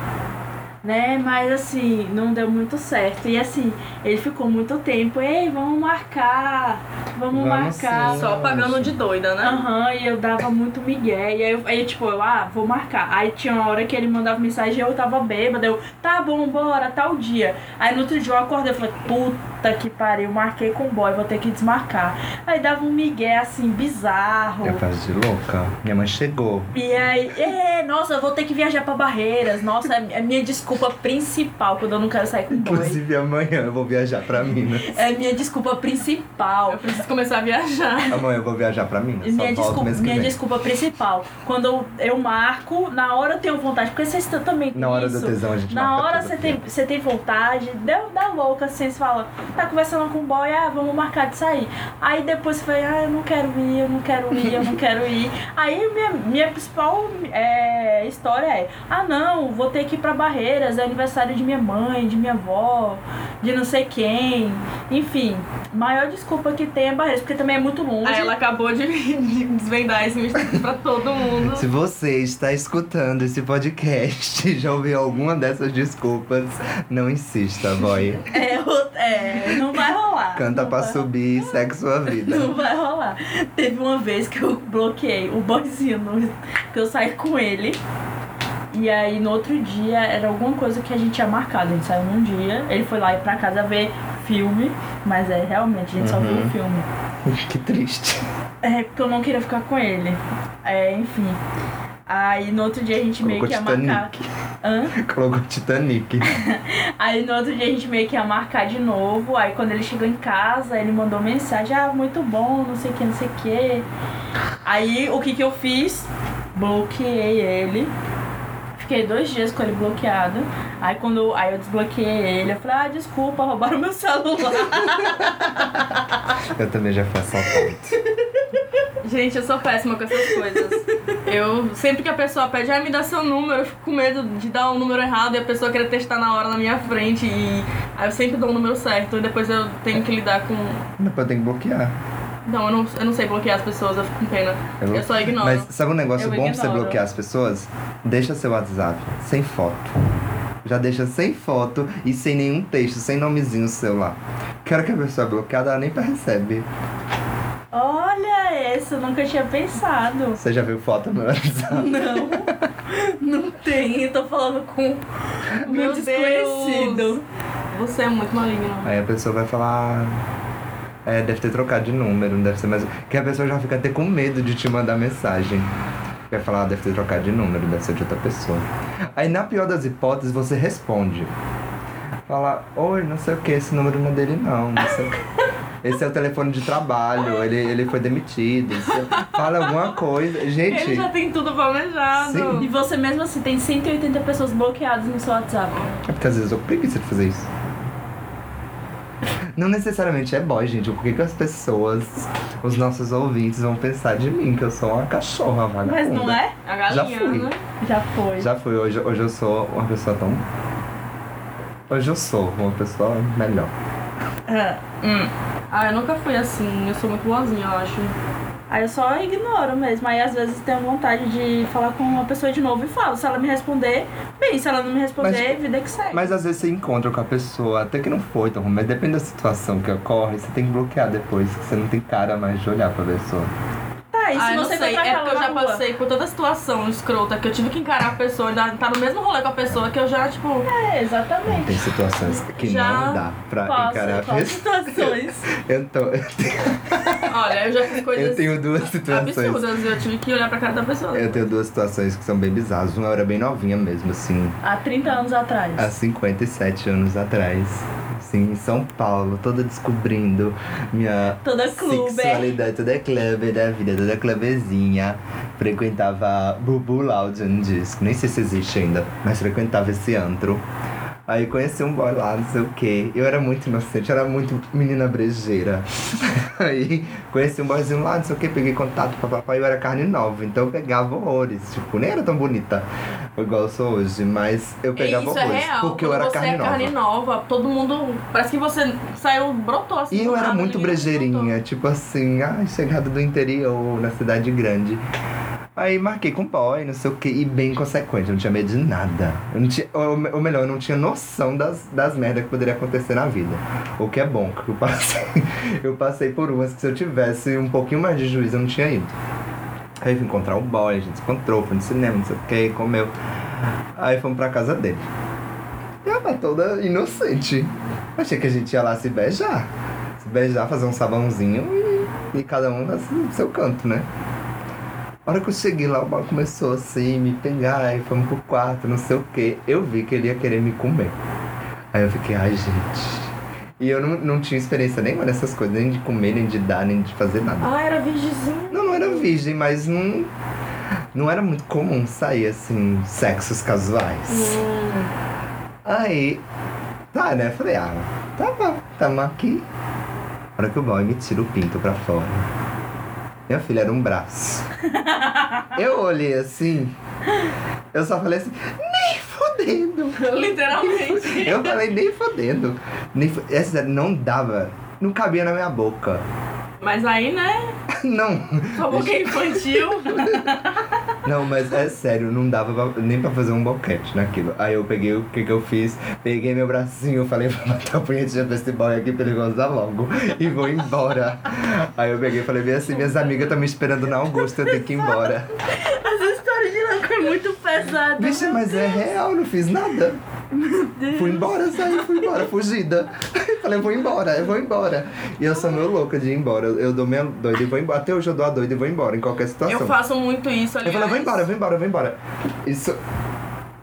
B: Né? Mas assim, não deu muito certo. E assim, ele ficou muito tempo, ei, vamos marcar, vamos,
A: Vamos
B: marcar.
A: sim.
C: Só pagando de doida, né?
B: Aham, e eu dava muito migué. E aí, eu- aí, tipo, eu, ah, vou marcar. Aí tinha uma hora que ele mandava mensagem e eu tava bêbada. Eu, tá bom, bora, tal dia. Aí no outro dia eu acordei e falei, puta que pariu, marquei com o boy, vou ter que desmarcar. Aí dava um migué, assim, bizarro.
A: É fase de louca. Minha mãe chegou.
B: E aí, é, nossa, eu vou ter que viajar pra Barreiras. Nossa, é a minha desculpa principal quando eu não quero sair com o boy.
A: Inclusive amanhã eu vou viajar pra Minas.
B: É a minha desculpa principal.
C: Eu preciso começar a viajar.
A: Amanhã eu vou viajar pra Minas. Só
B: Minha,
A: volto
B: desculpa,
A: mês que
B: minha
A: vem.
B: desculpa principal. Quando eu, eu marco, na hora eu tenho vontade, porque vocês estão também com
A: Na hora
B: isso.
A: do tesão a gente
B: Na
A: marca
B: hora
A: tudo
B: você
A: aqui.
B: tem, você tem vontade, dá, dá louca, assim, você fala, tá conversando com o boy, ah, vamos marcar de sair. Aí depois você fala, ah, eu não quero ir, eu não quero ir, eu não quero ir. Aí minha, minha principal é, história é, ah não, vou ter que ir pra Barreiras, é aniversário de minha mãe, de minha avó, de não sei quem. Enfim, maior desculpa que tem é Barreiras, porque também é muito longe.
C: Aí ela acabou de de desvendar esse mistério pra todo mundo.
A: Se você está escutando esse podcast e já ouviu alguma dessas desculpas, não insista, boy.
B: É, o- é, não vai rolar.
A: Canta
B: não
A: pra né?
B: vai-
A: subir e segue sua vida.
B: Não vai rolar. Teve uma vez que eu bloqueei o boyzinho, no- que eu saí com ele. E aí no outro dia era alguma coisa que a gente tinha marcado. A gente saiu num dia, ele foi lá ir pra casa ver filme, mas é realmente, a gente só viu
A: Uhum.
B: o filme.
A: que triste.
B: É, porque eu não queria ficar com ele. É, enfim. Aí no outro dia a gente meio que ia
A: Colocou
B: marcar. Hã?
A: Colocou Titanic.
B: Aí no outro dia a gente meio que ia marcar de novo. Aí quando ele chegou em casa, ele mandou mensagem: Ah, muito bom, não sei o que, não sei o que. Aí o que que eu fiz? Bloqueei ele. Fiquei dois dias com ele bloqueado. Aí quando aí eu desbloqueei ele, eu falei: Ah, desculpa, roubaram meu celular.
A: Eu também já fui assaltado.
C: Gente, eu sou péssima com essas coisas. Eu sempre que a pessoa pede, ah, me dá seu número, eu fico com medo de dar um número errado e a pessoa querer testar na hora na minha frente. E aí eu sempre dou o número certo e depois eu tenho que lidar com.
A: Depois eu tenho que bloquear. É
C: Não, eu não, eu não sei bloquear as pessoas, eu fico com pena.
A: Eu-
C: Eu só ignoro.
A: Mas sabe um negócio
B: Eu
A: bom pra você
B: ignoro.
A: bloquear as pessoas? Deixa seu WhatsApp sem foto. Já deixa sem foto e sem nenhum texto, sem nomezinho seu lá. Quero que a pessoa é bloqueada, ela nem percebe.
B: Olha essa, eu nunca tinha pensado.
A: Você já viu foto no WhatsApp?
B: Não, não tem. Eu tô falando com o
C: Meu
B: meu desconhecido.
C: Deus. Você é muito maligno.
A: Aí a pessoa vai falar. "Ah, É, deve ter trocado de número, não deve ser mais. Que a pessoa já fica até com medo de te mandar mensagem. Vai falar, "Ah, deve ter trocado de número, deve ser de outra pessoa. Aí, na pior das hipóteses, você responde. Fala, oi, não sei o que, esse número não é dele, não. não sei o quê." Esse é o telefone de trabalho, ele, ele foi demitido. Você Fala alguma coisa. Gente,
C: Ele já tem tudo planejado.
A: Sim.
B: E você mesmo assim tem 180 pessoas bloqueadas no seu WhatsApp.
A: é porque às vezes eu tô com preguiça de fazer isso. Não necessariamente é boy, gente. O que, que as pessoas, os nossos ouvintes, vão pensar de mim? Que eu sou uma cachorra vagabunda.
B: Mas não é?
C: A galinha,
A: Já fui.
C: né?
B: Já foi.
A: Já fui. Hoje, hoje eu sou uma pessoa tão... Hoje eu sou uma pessoa melhor.
B: Ah,
C: Ah, eu nunca fui assim. Eu sou muito boazinha, eu acho.
B: Aí eu só ignoro mesmo. Aí às vezes tenho vontade de falar com uma pessoa de novo e falo. Se ela me responder, bem. Se ela não me responder, é vida que segue.
A: Mas às vezes você encontra com a pessoa, até que não foi tão ruim, mas depende da situação que ocorre, você tem que bloquear depois, que você não tem cara mais de olhar pra pessoa.
B: Tá, e se
C: ah, eu não
B: você for
C: sei.
B: pra
C: É
B: cá
C: porque eu
B: lá
C: já
B: na rua?
C: passei por toda a situação escrota que eu tive que encarar a pessoa, ainda tá no mesmo rolê com a pessoa que eu já, tipo,
B: É,
A: Não
B: exatamente.
A: Tem situações que
C: Já
A: não dá pra
B: Passa
A: encarar a
B: todas as
A: pessoa.
B: situações.
A: Eu tô...
C: ó, Olha, eu já fiz coisas
A: Eu tenho duas situações.
C: absurdas. Eu tive que olhar pra cara da pessoa.
A: Eu tenho duas situações que são bem bizarras. Uma eu era bem novinha mesmo, assim,
B: Há 30 anos atrás.
A: há 57 anos atrás. Assim, em São Paulo, toda descobrindo minha
B: Toda clube.
A: Sexualidade, toda clube da vida, toda clubezinha. Frequentava Bubu Loud um disco, nem sei se existe ainda, mas frequentava esse antro. Aí conheci um boy lá, não sei o quê. Eu era muito inocente, eu era muito menina brejeira. Aí conheci um boyzinho lá, não sei o quê, peguei contato pra papai, eu era carne nova, então eu pegava horrores. Tipo, nem era tão bonita igual eu sou hoje, mas eu
C: E
A: pegava
C: Isso é
A: horrores.
C: real.
A: porque eu
C: Quando
A: era
C: você
A: carne
C: é
A: nova.
C: carne nova, todo mundo. Parece que você saiu, brotou assim.
A: E
C: do
A: eu era
C: nada,
A: muito
C: ninguém brotou.
A: brejeirinha, tipo assim, ai, chegada do interior, na cidade grande. Aí marquei com boy, não sei o que, e bem consequente, eu não tinha medo de nada. Eu não tinha, ou, ou melhor, eu não tinha noção das, das merdas que poderia acontecer na vida. O que é bom, porque eu passei, eu passei por umas que se eu tivesse um pouquinho mais de juízo, eu não tinha ido. Aí fui encontrar o boy, a gente se encontrou, foi no cinema, não sei o que, comeu. Aí fomos pra casa dele. E ela toda inocente. Achei que a gente ia lá se beijar. Se beijar, fazer um sabãozinho e, e cada um no seu canto, né? A hora que eu cheguei lá, o mal começou assim, me pegar, e fomos pro quarto, não sei o quê. Eu vi que ele ia querer me comer. Aí eu fiquei, ai gente. E eu não, não tinha experiência nenhuma nessas coisas, nem de comer, nem de dar, nem de fazer nada.
C: Ah, era virgemzinha.
A: Não, não era virgem, mas não. Não era muito comum sair assim, sexos casuais. Aí, tá, né? Falei, ah, tá bom, tamo aqui. Na hora que o boy me tira o pinto pra fora. Minha filha era um braço. Eu olhei assim, eu só falei assim, nem fodendo.
C: Literalmente.
A: Eu falei, nem fodendo. Nem fo- Essa não dava, não cabia na minha boca.
C: Mas aí, né?
A: Não,
C: Sua boca é infantil.
A: Não, mas é sério, não dava pra- nem pra fazer um boquete naquilo. Aí eu peguei, o que que eu fiz? Peguei meu bracinho, falei, vou matar a punhetinha pra esse boy aqui pra ele gozar logo. E vou embora. Aí eu peguei e falei, bem assim, minhas amigas estão me esperando na Augusta, eu tenho que ir embora.
B: Essa história de Naco é muito pesada.
A: Bicha, mas é real, não fiz nada. Fui embora, saí, fui embora, fugida. Falei, vou embora, eu vou embora. E eu sou meio louca de ir embora. Eu, eu dou minha doida e vou embora. Até hoje eu dou a doida e vou embora, em qualquer situação.
C: Eu faço muito isso,
A: Eu
C: aliás.
A: falei, vou embora, vou embora, vou embora. Isso.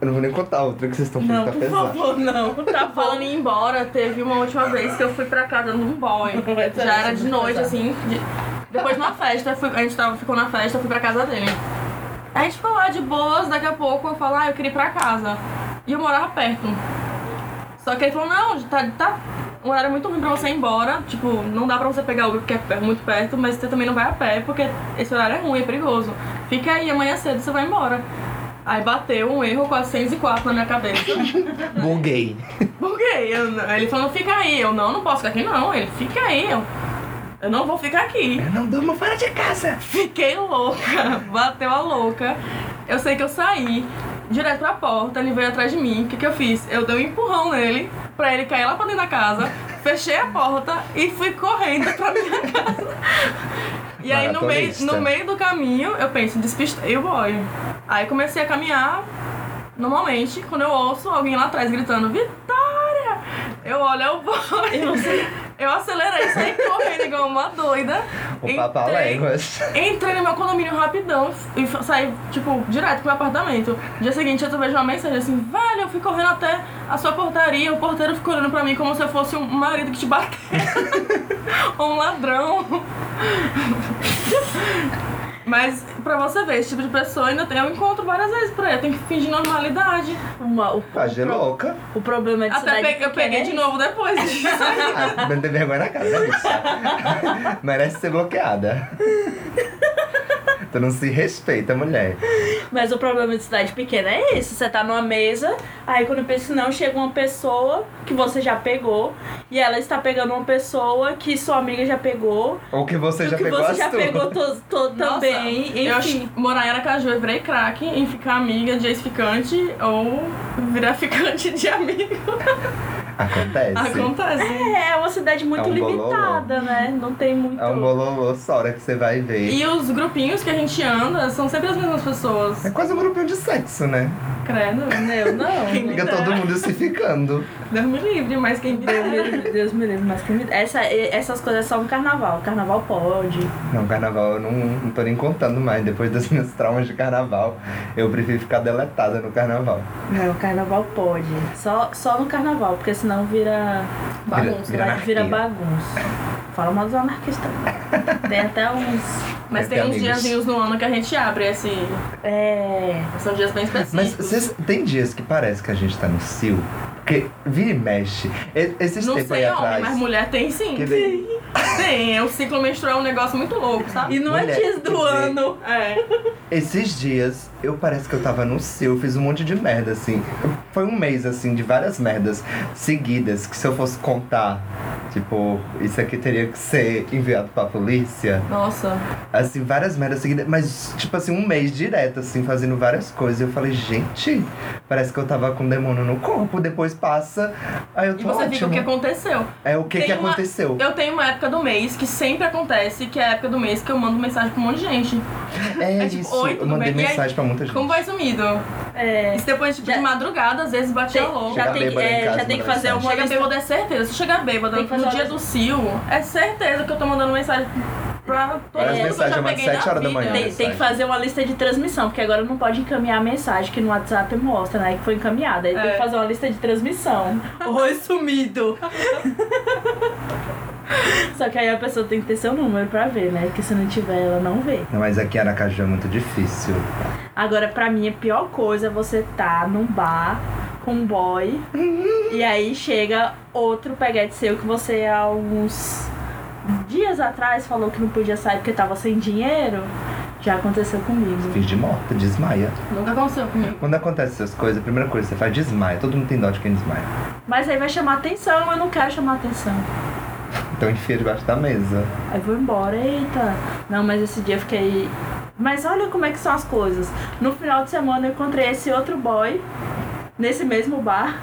A: Eu não vou nem contar a outra que vocês estão falando,
B: Não,
A: tá
B: por
A: pesado.
B: favor, não.
C: Tá falando em ir embora, teve uma última vez que eu fui pra casa de um boy. Já era de noite, assim. de- Depois de uma festa, fui- a gente tava, ficou na festa, eu fui pra casa dele. A gente ficou lá de boas, daqui a pouco eu falo, ah, eu queria ir pra casa. E eu morava perto. Só que ele falou, não, tá, tá um horário muito ruim pra você ir embora. Tipo, não dá pra você pegar Uber porque é per- muito perto, mas você também não vai a pé porque esse horário é ruim, é perigoso. Fica aí, amanhã cedo você vai embora. Aí bateu um erro 404 na minha cabeça.
A: Buguei.
C: Por quê? Eu não- ele falou, fica aí. Eu, não, não posso ficar aqui, não. Ele, fica aí. Eu, eu não vou ficar aqui.
A: Eu não durmo fora de casa.
C: Fiquei louca. Bateu a louca. Eu sei que eu saí direto pra porta. Ele veio atrás de mim. O que, que eu fiz? Eu dei um empurrão nele pra ele cair lá pra dentro da casa. Fechei a porta e fui correndo pra minha casa. E aí, no meio,
A: Maratonista.
C: no meio do caminho, eu penso, despistei o boy. Aí comecei a caminhar. Normalmente, quando eu ouço alguém lá atrás gritando, Vitória! Eu olho, é o boy. Eu, acelerei, saí correndo igual uma doida.
A: O é
C: Entrei-
A: papá léguas.
C: Entrei no meu condomínio rapidão e fa- saí, tipo, direto pro meu apartamento. No dia seguinte eu vejo uma mensagem assim, velho, eu fui correndo até a sua portaria, o porteiro ficou olhando pra mim como se eu fosse um marido que te bateu. Ou um ladrão. Mas pra você ver, esse tipo de pessoa ainda tem, eu encontro várias vezes por aí, eu tenho que fingir normalidade.
B: Uma, o, o
A: Fagê
B: pro-
A: louca.
B: o problema é de
C: Até
B: cidade
C: pe- eu
B: pequena
C: peguei
B: é
C: de
B: isso.
C: novo depois disso.
A: Ah, não tem vergonha na cara, né, bicha? Merece ser bloqueada. Tu não se respeita, mulher.
B: Mas o problema de cidade pequena é esse. Você tá numa mesa, aí quando pensa não, chega uma pessoa que você já pegou, e ela está pegando uma pessoa que sua amiga já pegou,
A: Ou que você
B: e
A: já
B: o que
A: pegou
B: você
A: as
B: já
A: tuas.
B: pegou to, to,
C: Nossa,
B: também.
C: Eu
B: Enfim.
C: acho- morar em Aracaju, eu virei craque em ficar amiga de ex-ficante ou virar ficante de amigo.
A: Acontece.
C: Acontece.
B: É, é uma cidade muito
A: um bololô.
B: limitada, né? Não tem muito.
A: É um bololô só a hora que você vai ver.
C: E os grupinhos que a gente anda são sempre as mesmas pessoas.
A: É quase um grupinho de sexo, né?
C: Credo.
B: Eu não.
C: Quem
A: Fica
C: dera.
A: todo mundo se ficando.
C: Deus me livre, mas quem me
B: Deus me livre, Deus me livre, mas que me... Essa, essas coisas é só no carnaval. Carnaval pode.
A: Não, carnaval eu não, não tô nem contando mais. Depois dos meus traumas de carnaval, eu prefiro ficar deletada no carnaval.
B: Não, o carnaval pode. Só, só no carnaval, porque senão vira.
C: bagunça.
A: Vira
B: Vira,
A: anarquia.
B: vira bagunça. Fala mal dos anarquistas. Tem até uns.
C: Mas
A: Entre
C: tem uns
A: amigos.
C: diazinhos no ano que a gente abre esse.
B: É.
C: São dias bem específicos.
A: Mas vocês- tem dias que parece que a gente tá no cio. Porque vira e mexe. E- Esses
C: Não
A: tempos
C: sei
A: aí
C: homem,
A: atrás.
C: mas mulher tem sim.
A: que vem-
C: Tem, é o ciclo menstrual é um negócio muito louco, sabe?
B: E não é
A: Mulher,
B: dias
A: quer
B: do
A: dizer-
B: ano.
C: É.
A: Esses dias, eu parece que eu tava no cio, fiz um monte de merda, assim. Foi um mês, assim, de várias merdas seguidas, que se eu fosse contar, tipo, isso aqui teria que ser enviado pra polícia.
C: Nossa.
A: Assim, várias merdas seguidas, mas tipo assim, um mês direto, assim, fazendo várias coisas. E eu falei, gente, parece que eu tava com um demônio no corpo, depois passa, aí
C: E
A: eu tô
C: Tipo, você fica o
A: ótimo.
C: que aconteceu.
A: É o que
C: Tem
A: que
C: uma-
A: aconteceu.
C: Eu tenho uma época do mês que sempre acontece, que é a época do mês que eu mando mensagem pra um monte de gente.
A: É,
C: é tipo,
A: isso,
C: oi,
A: eu
C: tudo
A: mandei
C: bem? E aí,
A: mensagem pra muita gente.
C: Como vai sumido?
B: É.
C: E depois, tipo,
B: Já-
C: de madrugada, às vezes bate a
B: Tem,
C: louca.
A: Chega
B: já tem, que-
A: bêbada em
B: é,
A: casa,
B: já tem que
A: manda
B: fazer uma
C: Chega
B: lista.
C: bêbada, é certeza. Se chegar bêbada
B: Tem que fazer
C: no
B: uma
C: dia
B: lista.
C: do Cio, é certeza que eu tô mandando mensagem pra todo mundo
A: Várias
C: que eu
A: mensagens,
C: já
A: mas
C: peguei
A: sete
C: na
A: horas da manhã.
B: Tem,
A: mensagem.
B: tem que fazer uma lista de transmissão, porque agora não pode encaminhar a mensagem que no WhatsApp mostra, né? Que foi encaminhada. Aí tem
C: É.
B: que fazer uma lista de transmissão. Oi, sumido! Só que aí a pessoa tem que ter seu número pra ver, né? Porque se não tiver, ela não vê.
A: Não, mas aqui em Aracaju é muito difícil.
B: Agora, pra mim, a pior coisa é você tá num bar com um boy e aí chega outro peguete seu que você há alguns dias atrás falou que não podia sair porque tava sem dinheiro. Já aconteceu comigo.
A: Fiz de morta, desmaia.
C: Nunca aconteceu comigo.
A: Quando acontece essas coisas, a primeira coisa que você faz, desmaia. Todo mundo tem dó de quem desmaia.
B: Mas aí vai chamar atenção, eu não quero chamar atenção.
A: Então enfia debaixo da mesa.
B: Aí eu vou embora, eita. Não, mas esse dia eu fiquei. Mas olha como é que são as coisas. No final de semana eu encontrei esse outro boy nesse mesmo bar.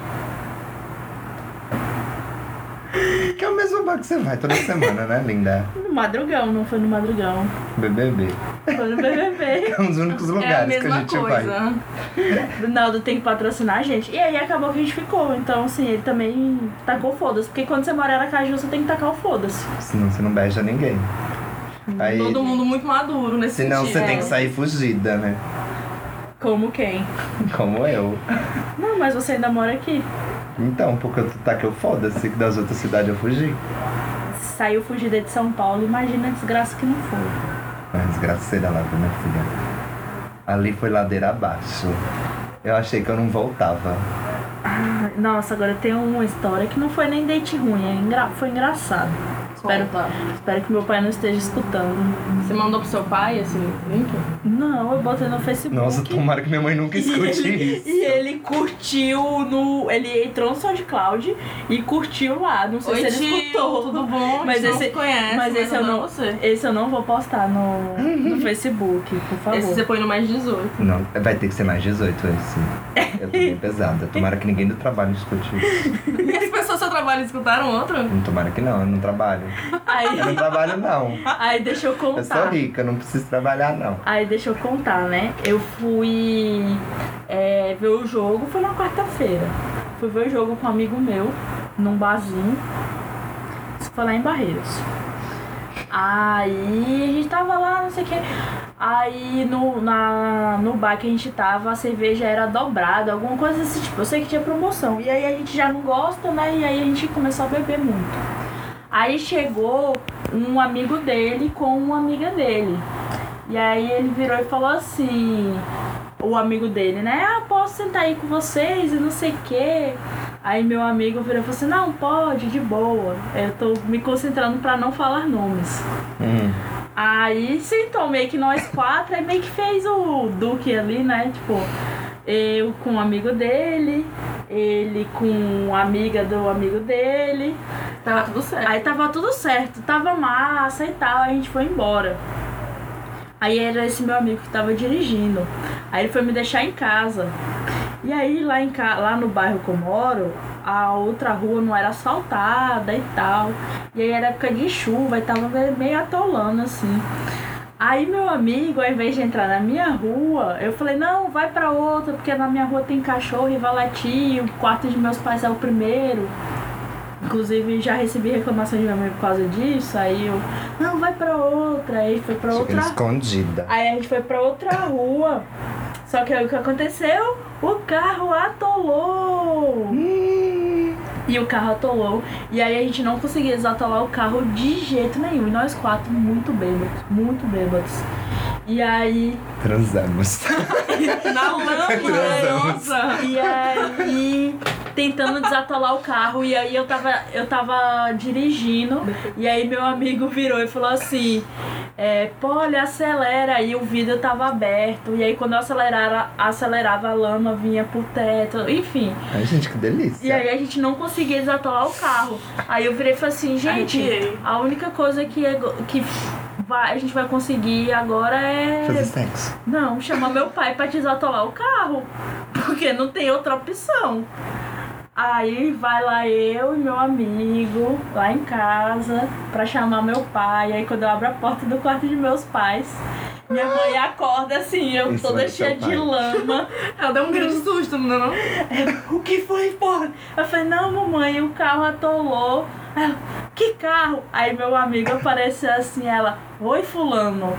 A: Que é o mesmo bar que você vai toda semana, né, linda?
B: No madrugão, não foi no madrugão.
A: BBB.
B: Foi no BBB.
A: É um dos únicos
C: É a
A: lugares que a
C: mesma
A: gente vai.
C: coisa.
B: Ronaldo tem que patrocinar a gente. E aí acabou que a gente ficou. Então, assim, ele também tacou foda-se. Porque quando você mora em Aracaju, você tem que tacar o foda-se.
A: Senão você não beija ninguém.
B: Hum.
A: Aí,
C: Todo mundo muito maduro nesse
A: É senão
C: sentido.
A: você tem que
B: é.
A: sair fugida, né?
B: Como quem?
A: Como eu.
B: Não, mas você ainda mora aqui.
A: Então, porque eu tá que eu foda-se que das outras cidades eu fugi.
B: Saiu fugida de São Paulo, imagina a desgraça que não foi.
A: Mas desgraceira lá, viu, minha filha? Ali foi ladeira abaixo. Eu achei que eu não voltava.
B: Ah, Nossa, agora tem uma história que não foi nem date ruim, é engra- foi engraçado. Espero,
C: Conta.
B: espero que meu pai não esteja escutando.
C: Você mandou pro seu pai esse link?
B: Não, eu botei no Facebook.
A: Nossa, tomara que minha mãe nunca escute isso.
B: E ele curtiu no. Ele entrou no SoundCloud e curtiu lá. Não sei
C: Oi,
B: se ele
C: tio,
B: escutou.
C: tudo bom?
B: Mas
C: A gente
B: esse-
C: não se conhece,
B: mas esse eu não-
C: adoro Você.
B: Esse eu não vou postar no, no Facebook, por favor.
C: Esse você põe no mais 18.
A: Não, vai ter que ser mais 18 esse. Eu tô bem pesada. Tomara que ninguém do trabalho escute isso.
C: E as pessoas do seu trabalho escutaram outro?
A: Não, Tomara que não, eu não trabalho.
B: Aí,
A: Eu não trabalho, não.
B: aí deixa eu
A: Eu
B: contar.
A: sou rica, não preciso trabalhar, não.
B: Aí deixa eu contar, né? Eu fui é, ver o jogo, foi na quarta-feira. Fui ver o jogo com um amigo meu, num barzinho. Isso foi lá em Barreiros. Aí a gente tava lá, não sei o que. Aí no, na, no bar que a gente tava, a cerveja era dobrada, alguma coisa desse tipo. Eu sei que tinha promoção. E aí a gente já não gosta, né? E aí a gente começou a beber muito. Aí chegou um amigo dele com uma amiga dele. E aí ele virou e falou assim, o amigo dele, né? Ah, posso sentar aí com vocês e não sei o quê. Aí meu amigo virou e falou assim, não, pode, de boa. Eu tô me concentrando pra não falar nomes.
A: Hum.
B: Aí sentou meio que nós quatro, aí meio que fez o Duque ali, né? Tipo, eu com um amigo dele, ele com a amiga do amigo dele.
C: Tava tudo certo.
B: Aí tava Tá tudo certo, tava massa e tal, a gente foi embora. Aí era esse meu amigo que tava dirigindo. Aí ele foi me deixar em casa. E aí lá, em ca... lá no bairro que eu moro, a outra rua não era asfaltada e tal. E aí era época de chuva e tava meio atolando assim. Aí meu amigo, ao invés de entrar na minha rua, eu falei, não, vai pra outra, porque na minha rua tem cachorro e vai latir, o quarto de meus pais é o primeiro. Inclusive já recebi reclamação de minha mãe por causa disso, aí eu, não, vai pra outra, aí foi pra
A: Chegando
B: outra
A: escondida.
B: Aí a gente foi pra outra rua. Só que aí o que aconteceu? O carro atolou!
A: Hum.
B: E o carro atolou. E aí a gente não conseguia desatolar o carro de jeito nenhum. E nós quatro muito bêbados, muito bêbados. E aí.
A: Transamos.
C: Na lama,
A: Transamos.
C: nossa.
B: E aí. Tentando desatolar o carro. E aí eu tava, eu tava dirigindo. E aí meu amigo virou e falou assim. É, Polly, acelera. E o vidro tava aberto. E aí quando eu acelerava, acelerava a lama, vinha pro teto. Enfim.
A: Ai, gente, que
B: E
A: delícia.
B: aí a gente não conseguia desatolar o carro. Aí eu virei e falei assim, gente,
C: Arrepiei.
B: a única coisa que, é go- que vai, a gente vai conseguir agora
A: Fazer
B: é.
A: sexo.
B: Não, chamar meu pai pra desatolar o carro. Porque não tem outra opção. Aí vai lá eu e meu amigo lá em casa pra chamar meu pai. Aí quando eu abro a porta do quarto de meus pais, minha mãe acorda assim, eu
A: Isso
B: toda
A: é seu
B: cheia de
A: pai.
B: lama.
C: Ela deu um grande susto, não é não?
B: O que foi, porra? Eu falei, não, mamãe, o carro atolou. Ela, que carro? Aí meu amigo apareceu assim, ela, oi fulano.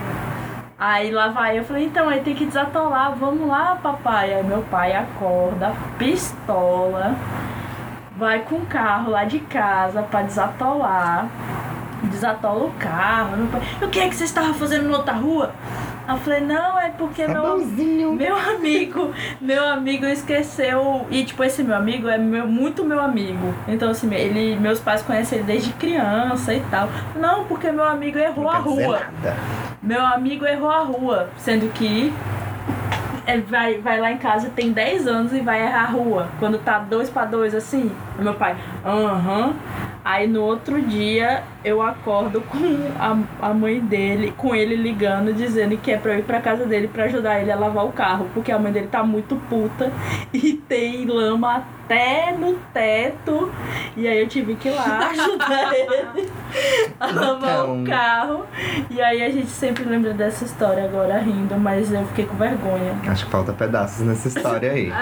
B: Aí lá vai, eu falei, então, aí tem que desatolar, vamos lá, papai. Aí meu pai acorda, pistola, vai com o carro lá de casa pra desatolar. Desatola o carro. Meu pai, o que é que você estava fazendo na outra rua? Aí Eu falei, não, é porque
A: Tá
B: meu
A: Sabãozinho.
B: meu amigo, meu amigo esqueceu. E tipo, esse meu amigo é meu- muito meu amigo. Então, assim, ele, meus pais conhecem ele desde criança e tal. Não, porque meu amigo errou
A: Não
B: a
A: quer dizer
B: rua.
A: nada.
B: Meu amigo errou a rua. Sendo que ele vai, vai lá em casa, tem 10 anos e vai errar a rua. Quando tá dois pra dois assim, Aí meu pai, aham. Aí no outro dia eu acordo com a, a mãe dele, com ele ligando, dizendo que é pra eu ir pra casa dele pra ajudar ele a lavar o carro, porque a mãe dele tá muito puta e tem lama até no teto. E aí eu tive que ir lá ajudar ele a lavar o
A: Então.
B: carro. E aí a gente sempre lembra dessa história agora rindo, mas eu fiquei com vergonha.
A: Acho que falta pedaços nessa história aí.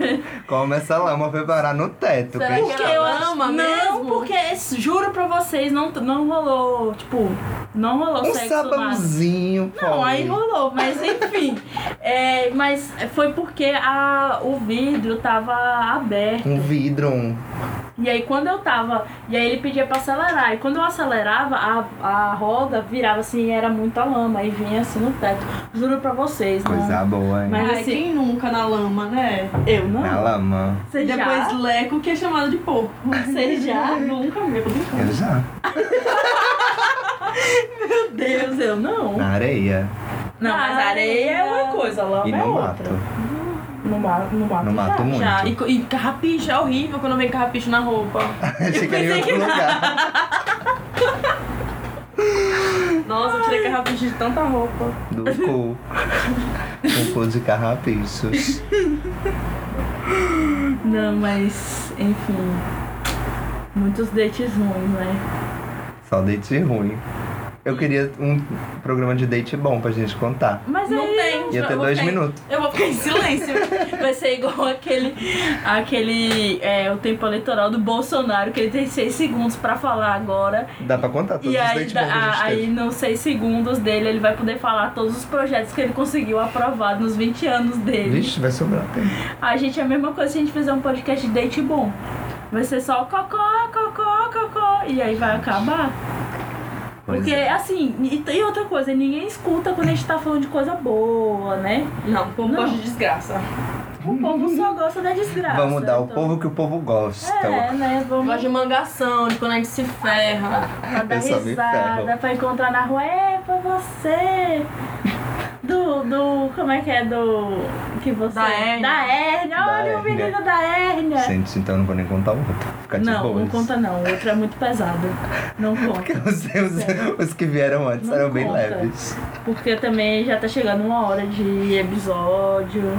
C: É.
A: Como essa lama foi parar no teto,
C: Será
A: peixe?
B: Porque
C: Ela
B: eu
C: ama
B: não,
C: mesmo?
B: porque juro pra vocês, não, não rolou, tipo, não rolou
A: Um
B: sexo nada.
A: sabãozinho, pô.
B: Não, aí rolou, mas enfim. é, mas foi porque a, o vidro tava aberto.
A: Um vidro, um.
B: E aí quando eu tava. E aí ele pedia pra acelerar. E quando eu acelerava, a, a roda virava assim, era muita lama. E vinha assim no teto. Juro pra vocês, não-
A: Coisa boa, hein?
B: Ah. Mas
C: Ai,
B: assim-
C: quem nunca na lama, né?
B: Eu não.
A: Na lama.
B: Você já?
C: Depois leco que é chamado de porco.
B: Você já? Nunca, meu
A: Eu já.
B: Deus, eu não.
A: Na areia.
B: Não, mas areia é uma coisa, lama
A: E
B: é
A: no
B: outra.
A: mato.
B: No mato, no mato.
A: No mato muito.
C: Já. Ah, E, co- e carrapicho é horrível quando vem carrapicho na roupa.
A: Achei que era em outro lugar.
C: Nossa, eu tirei carrapicho de tanta roupa.
A: Do cu. Um cu de carrapichos.
B: Não, mas, enfim. Muitos dates ruins, né?
A: Só date ruim.
B: Hum.
A: Eu queria um programa de date bom pra gente contar.
B: Mas
C: Não
B: aí
C: tem.
A: Ia ter
C: Eu vou
A: dois
C: ficar em-
A: minutos.
C: Eu vou ficar em silêncio.
B: Vai ser igual aquele. aquele. É, o tempo eleitoral do Bolsonaro, que ele tem seis segundos pra falar agora.
A: Dá pra contar todos
B: e
A: os
B: aí,
A: dates
B: da-
A: bons que a gente
B: aí,
A: teve.
B: nos seis segundos dele, ele vai poder falar todos os projetos que ele conseguiu aprovar nos 20 anos dele.
A: Vixe, vai sobrar tempo.
B: A gente é a mesma coisa se a gente fizer um podcast de date bom. Vai ser só cocó, cocó, cocó. E aí vai acabar.
A: Pois
B: Porque,
A: é.
B: assim, e, e outra coisa, ninguém escuta quando a gente tá falando de coisa boa, né?
C: Não, o povo
B: Não.
C: gosta de desgraça.
B: O povo só gosta da desgraça.
A: Vamos dar o
B: então.
A: povo que o povo gosta.
B: É, né?
C: Gosta
B: Vamos
C: de mangação, de quando a gente se ferra.
B: pra dar
A: Eu só me
B: risada,
A: ferro.
B: pra encontrar na rua. É, pra você. Do, do, como é que é? Do, que você...
C: Da hérnia.
B: Da hérnia.
A: Da
B: Olha o
A: hérnia.
B: menino da hérnia.
A: Gente, então eu não vou nem contar o outro. Fica tá de
B: é. não,
A: boa.
B: não conta não. O outro é muito pesado. Não conta.
A: Os, os, os que vieram antes
B: É. Não
A: eram bem
B: conta.
A: leves.
B: Porque também já tá chegando uma hora de episódio.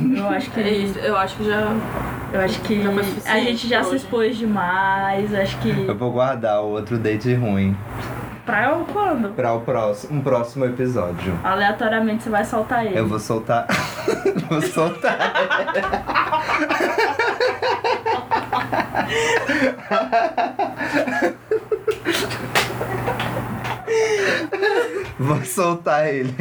B: Eu acho que
C: É isso, eu acho que já
B: Eu acho que
C: É Já foi suficiente
B: a gente já se
C: hoje.
B: expôs demais. Acho que.
A: Eu vou guardar o outro date ruim
B: Pra eu quando?
A: para o próximo, um próximo episódio.
B: Aleatoriamente você vai soltar ele.
A: Eu vou soltar. vou soltar. vou soltar ele.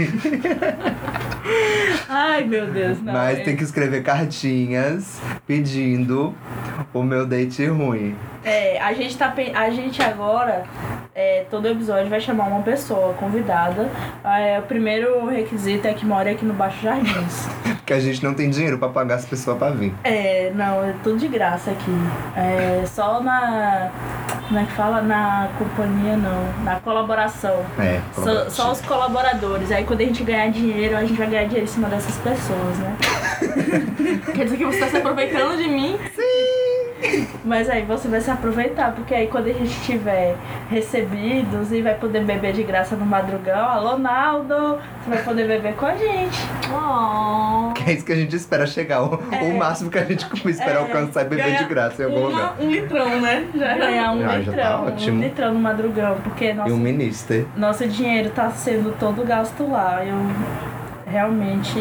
B: Ai, meu Deus, não. é
A: Mas tem que escrever cartinhas pedindo o meu date ruim.
B: É, a gente tá. pe- A gente agora. é, todo episódio vai chamar uma pessoa convidada. É, o primeiro requisito é que mora aqui no Baixo Jardins.
A: Porque a gente não tem dinheiro pra pagar as pessoas pra vir.
B: É, não, é tudo de graça aqui. É só na. Como é que fala? Na companhia, não. Na colaboração.
A: É,
B: Só, só os colaboradores. Aí quando a gente ganhar dinheiro, a gente vai ganhar dinheiro em cima dessas pessoas, né?
C: Quer dizer que você tá se aproveitando de mim?
B: Mas aí você vai se aproveitar, porque aí quando a gente tiver recebidos e vai poder beber de graça no madrugão, alô Naldo, você vai poder beber com a gente.
C: Oh.
A: É isso que a gente espera chegar. O,
B: É.
A: o máximo que a gente espera
B: É.
A: alcançar é beber
C: Ganhar
A: de graça em algum
C: Uma,
A: lugar.
C: um litrão, né? Já era.
B: Ganhar um
A: Ah, já tá
B: litrão, um
A: ótimo.
B: litrão no madrugão, porque
A: E
B: nosso,
A: um minister.
B: nosso dinheiro tá sendo todo gasto lá. Eu realmente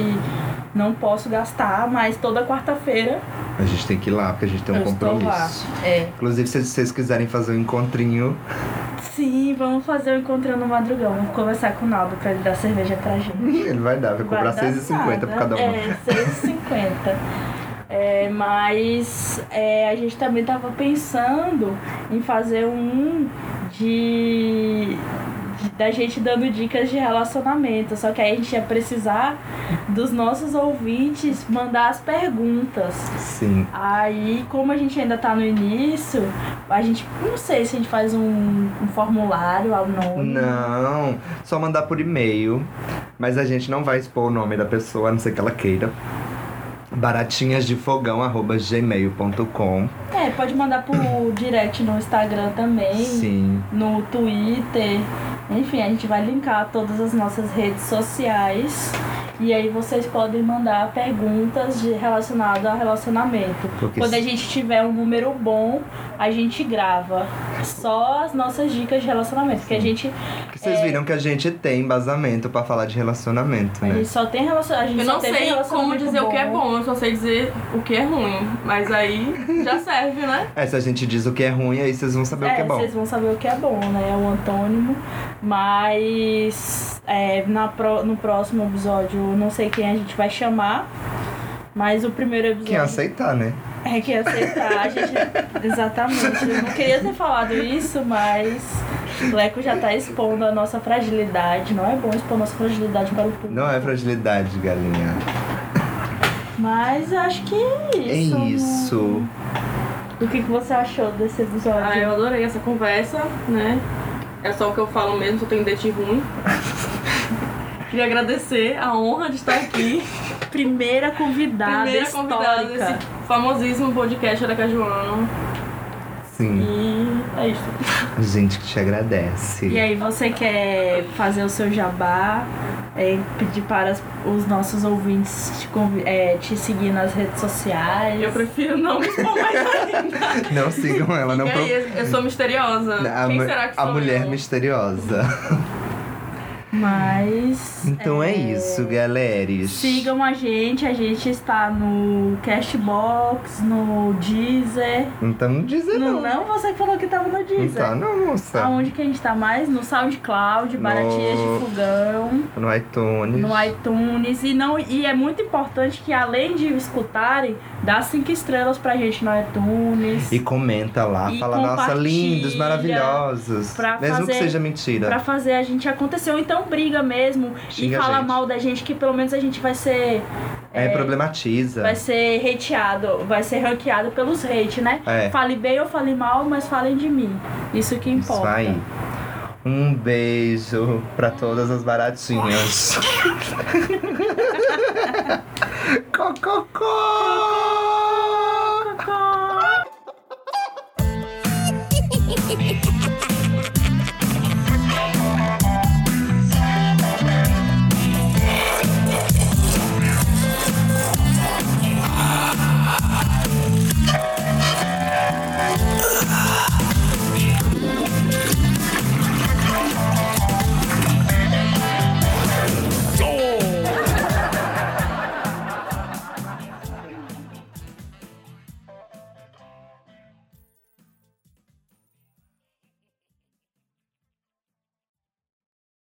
B: não posso gastar, mas toda quarta-feira
A: A gente tem que ir lá, porque a gente tem um
B: eu estou lá.
A: compromisso.
B: É.
A: Inclusive, se vocês quiserem fazer um encontrinho,
B: Sim, vamos fazer o encontrão no madrugão. Vamos conversar com o Naldo pra ele dar cerveja pra gente.
A: ele vai dar, vai cobrar
B: Vai dar
A: 6,50 por
B: nada.
A: cada um.
B: É, 6,50. É, mas é, a gente também tava pensando em fazer um de, de- da gente dando dicas de relacionamento. Só que aí a gente ia precisar dos nossos ouvintes mandar as perguntas.
A: Sim.
B: Aí, como a gente ainda tá no início, a gente não sei se a gente faz um, um formulário anônimo.
A: Não, só mandar por e-mail. Mas a gente não vai expor o nome da pessoa, a não ser que ela queira. baratinhasdefogão.gmail.com
B: É, pode mandar pro direct no Instagram também.
A: Sim.
B: no Twitter. Enfim, a gente vai linkar todas as nossas redes sociais. E aí vocês podem mandar perguntas de relacionado a relacionamento.
A: Porque
B: Quando a gente tiver um número bom, a gente grava só as nossas dicas de relacionamento. Porque a gente,
A: Porque
B: é.
A: vocês viram que a gente tem embasamento pra falar de relacionamento,
B: a
A: né?
B: gente só tem relacionamento.
C: Eu não sei como dizer o que é bom, eu só sei dizer o que é ruim. Mas aí já serve, né?
A: É, se a gente diz o que é ruim, aí vocês vão saber o que é bom.
B: vocês vão saber o que é bom, né? O antônimo. Mas é, na pro- no próximo episódio, eu não sei quem a gente vai chamar. Mas o primeiro episódio.
A: Quem aceitar, né?
B: É que aceitar, a gente. Exatamente. Eu não queria ter falado isso, mas o Leco já tá expondo a nossa fragilidade. Não é bom expor nossa fragilidade para o público.
A: Não é fragilidade, galinha.
B: Mas eu acho que é
A: É
B: isso.
A: isso.
B: O que, que você achou desse episódio?
C: Ah, eu adorei essa conversa, né? É só o que eu falo mesmo, só tenho dente ruim. Queria agradecer a honra de estar aqui.
B: Primeira convidada
C: Primeira convidada
B: histórica.
C: desse famosísimo podcast Aracajuano.
A: Sim.
C: E é isso.
A: A gente que te agradece.
B: E aí, você quer fazer o seu jabá? é, pedir para as- os nossos ouvintes te, convi- é, te seguir nas redes sociais?
C: Eu prefiro não me expor mais ainda.
A: Não sigam ela, não
C: E aí, eu sou misteriosa.
A: A,
C: Quem
A: mu-
C: será que sou
A: a mulher
C: eu?
A: misteriosa.
B: Mas.
A: Então é, isso, galeres.
B: Sigam a gente, a gente está no Cashbox, no Deezer.
A: Não tá não dizendo
B: Não,
A: não.
B: não você que falou que tava no
A: Não
B: Deezer.
A: tá não, moça.
B: Aonde que a gente tá mais? No SoundCloud,
A: No-
B: Baratinhas de Fogão,
A: No iTunes.
B: no iTunes. E, não, e é muito importante que além de escutarem, dá cinco estrelas pra gente no iTunes.
A: E comenta lá.
B: E
A: Fala, nossa,
B: compartilha
A: lindos, maravilhosos.
B: pra
A: Mesmo
B: fazer-
A: que seja mentira.
B: Pra fazer a gente acontecer, ou então briga mesmo
A: Xinga
B: e
A: a
B: fala
A: gente.
B: mal da gente, que pelo menos a gente vai ser
A: É, problematiza.
B: Vai ser hateado, vai ser ranqueado pelos hate, né?
A: É.
B: Fale bem ou fale mal, mas falem de mim. Isso que
A: Isso
B: importa.
A: aí. Um beijo pra todas as baratinhas. Cococó!
B: Cocó!
D: Hehehehe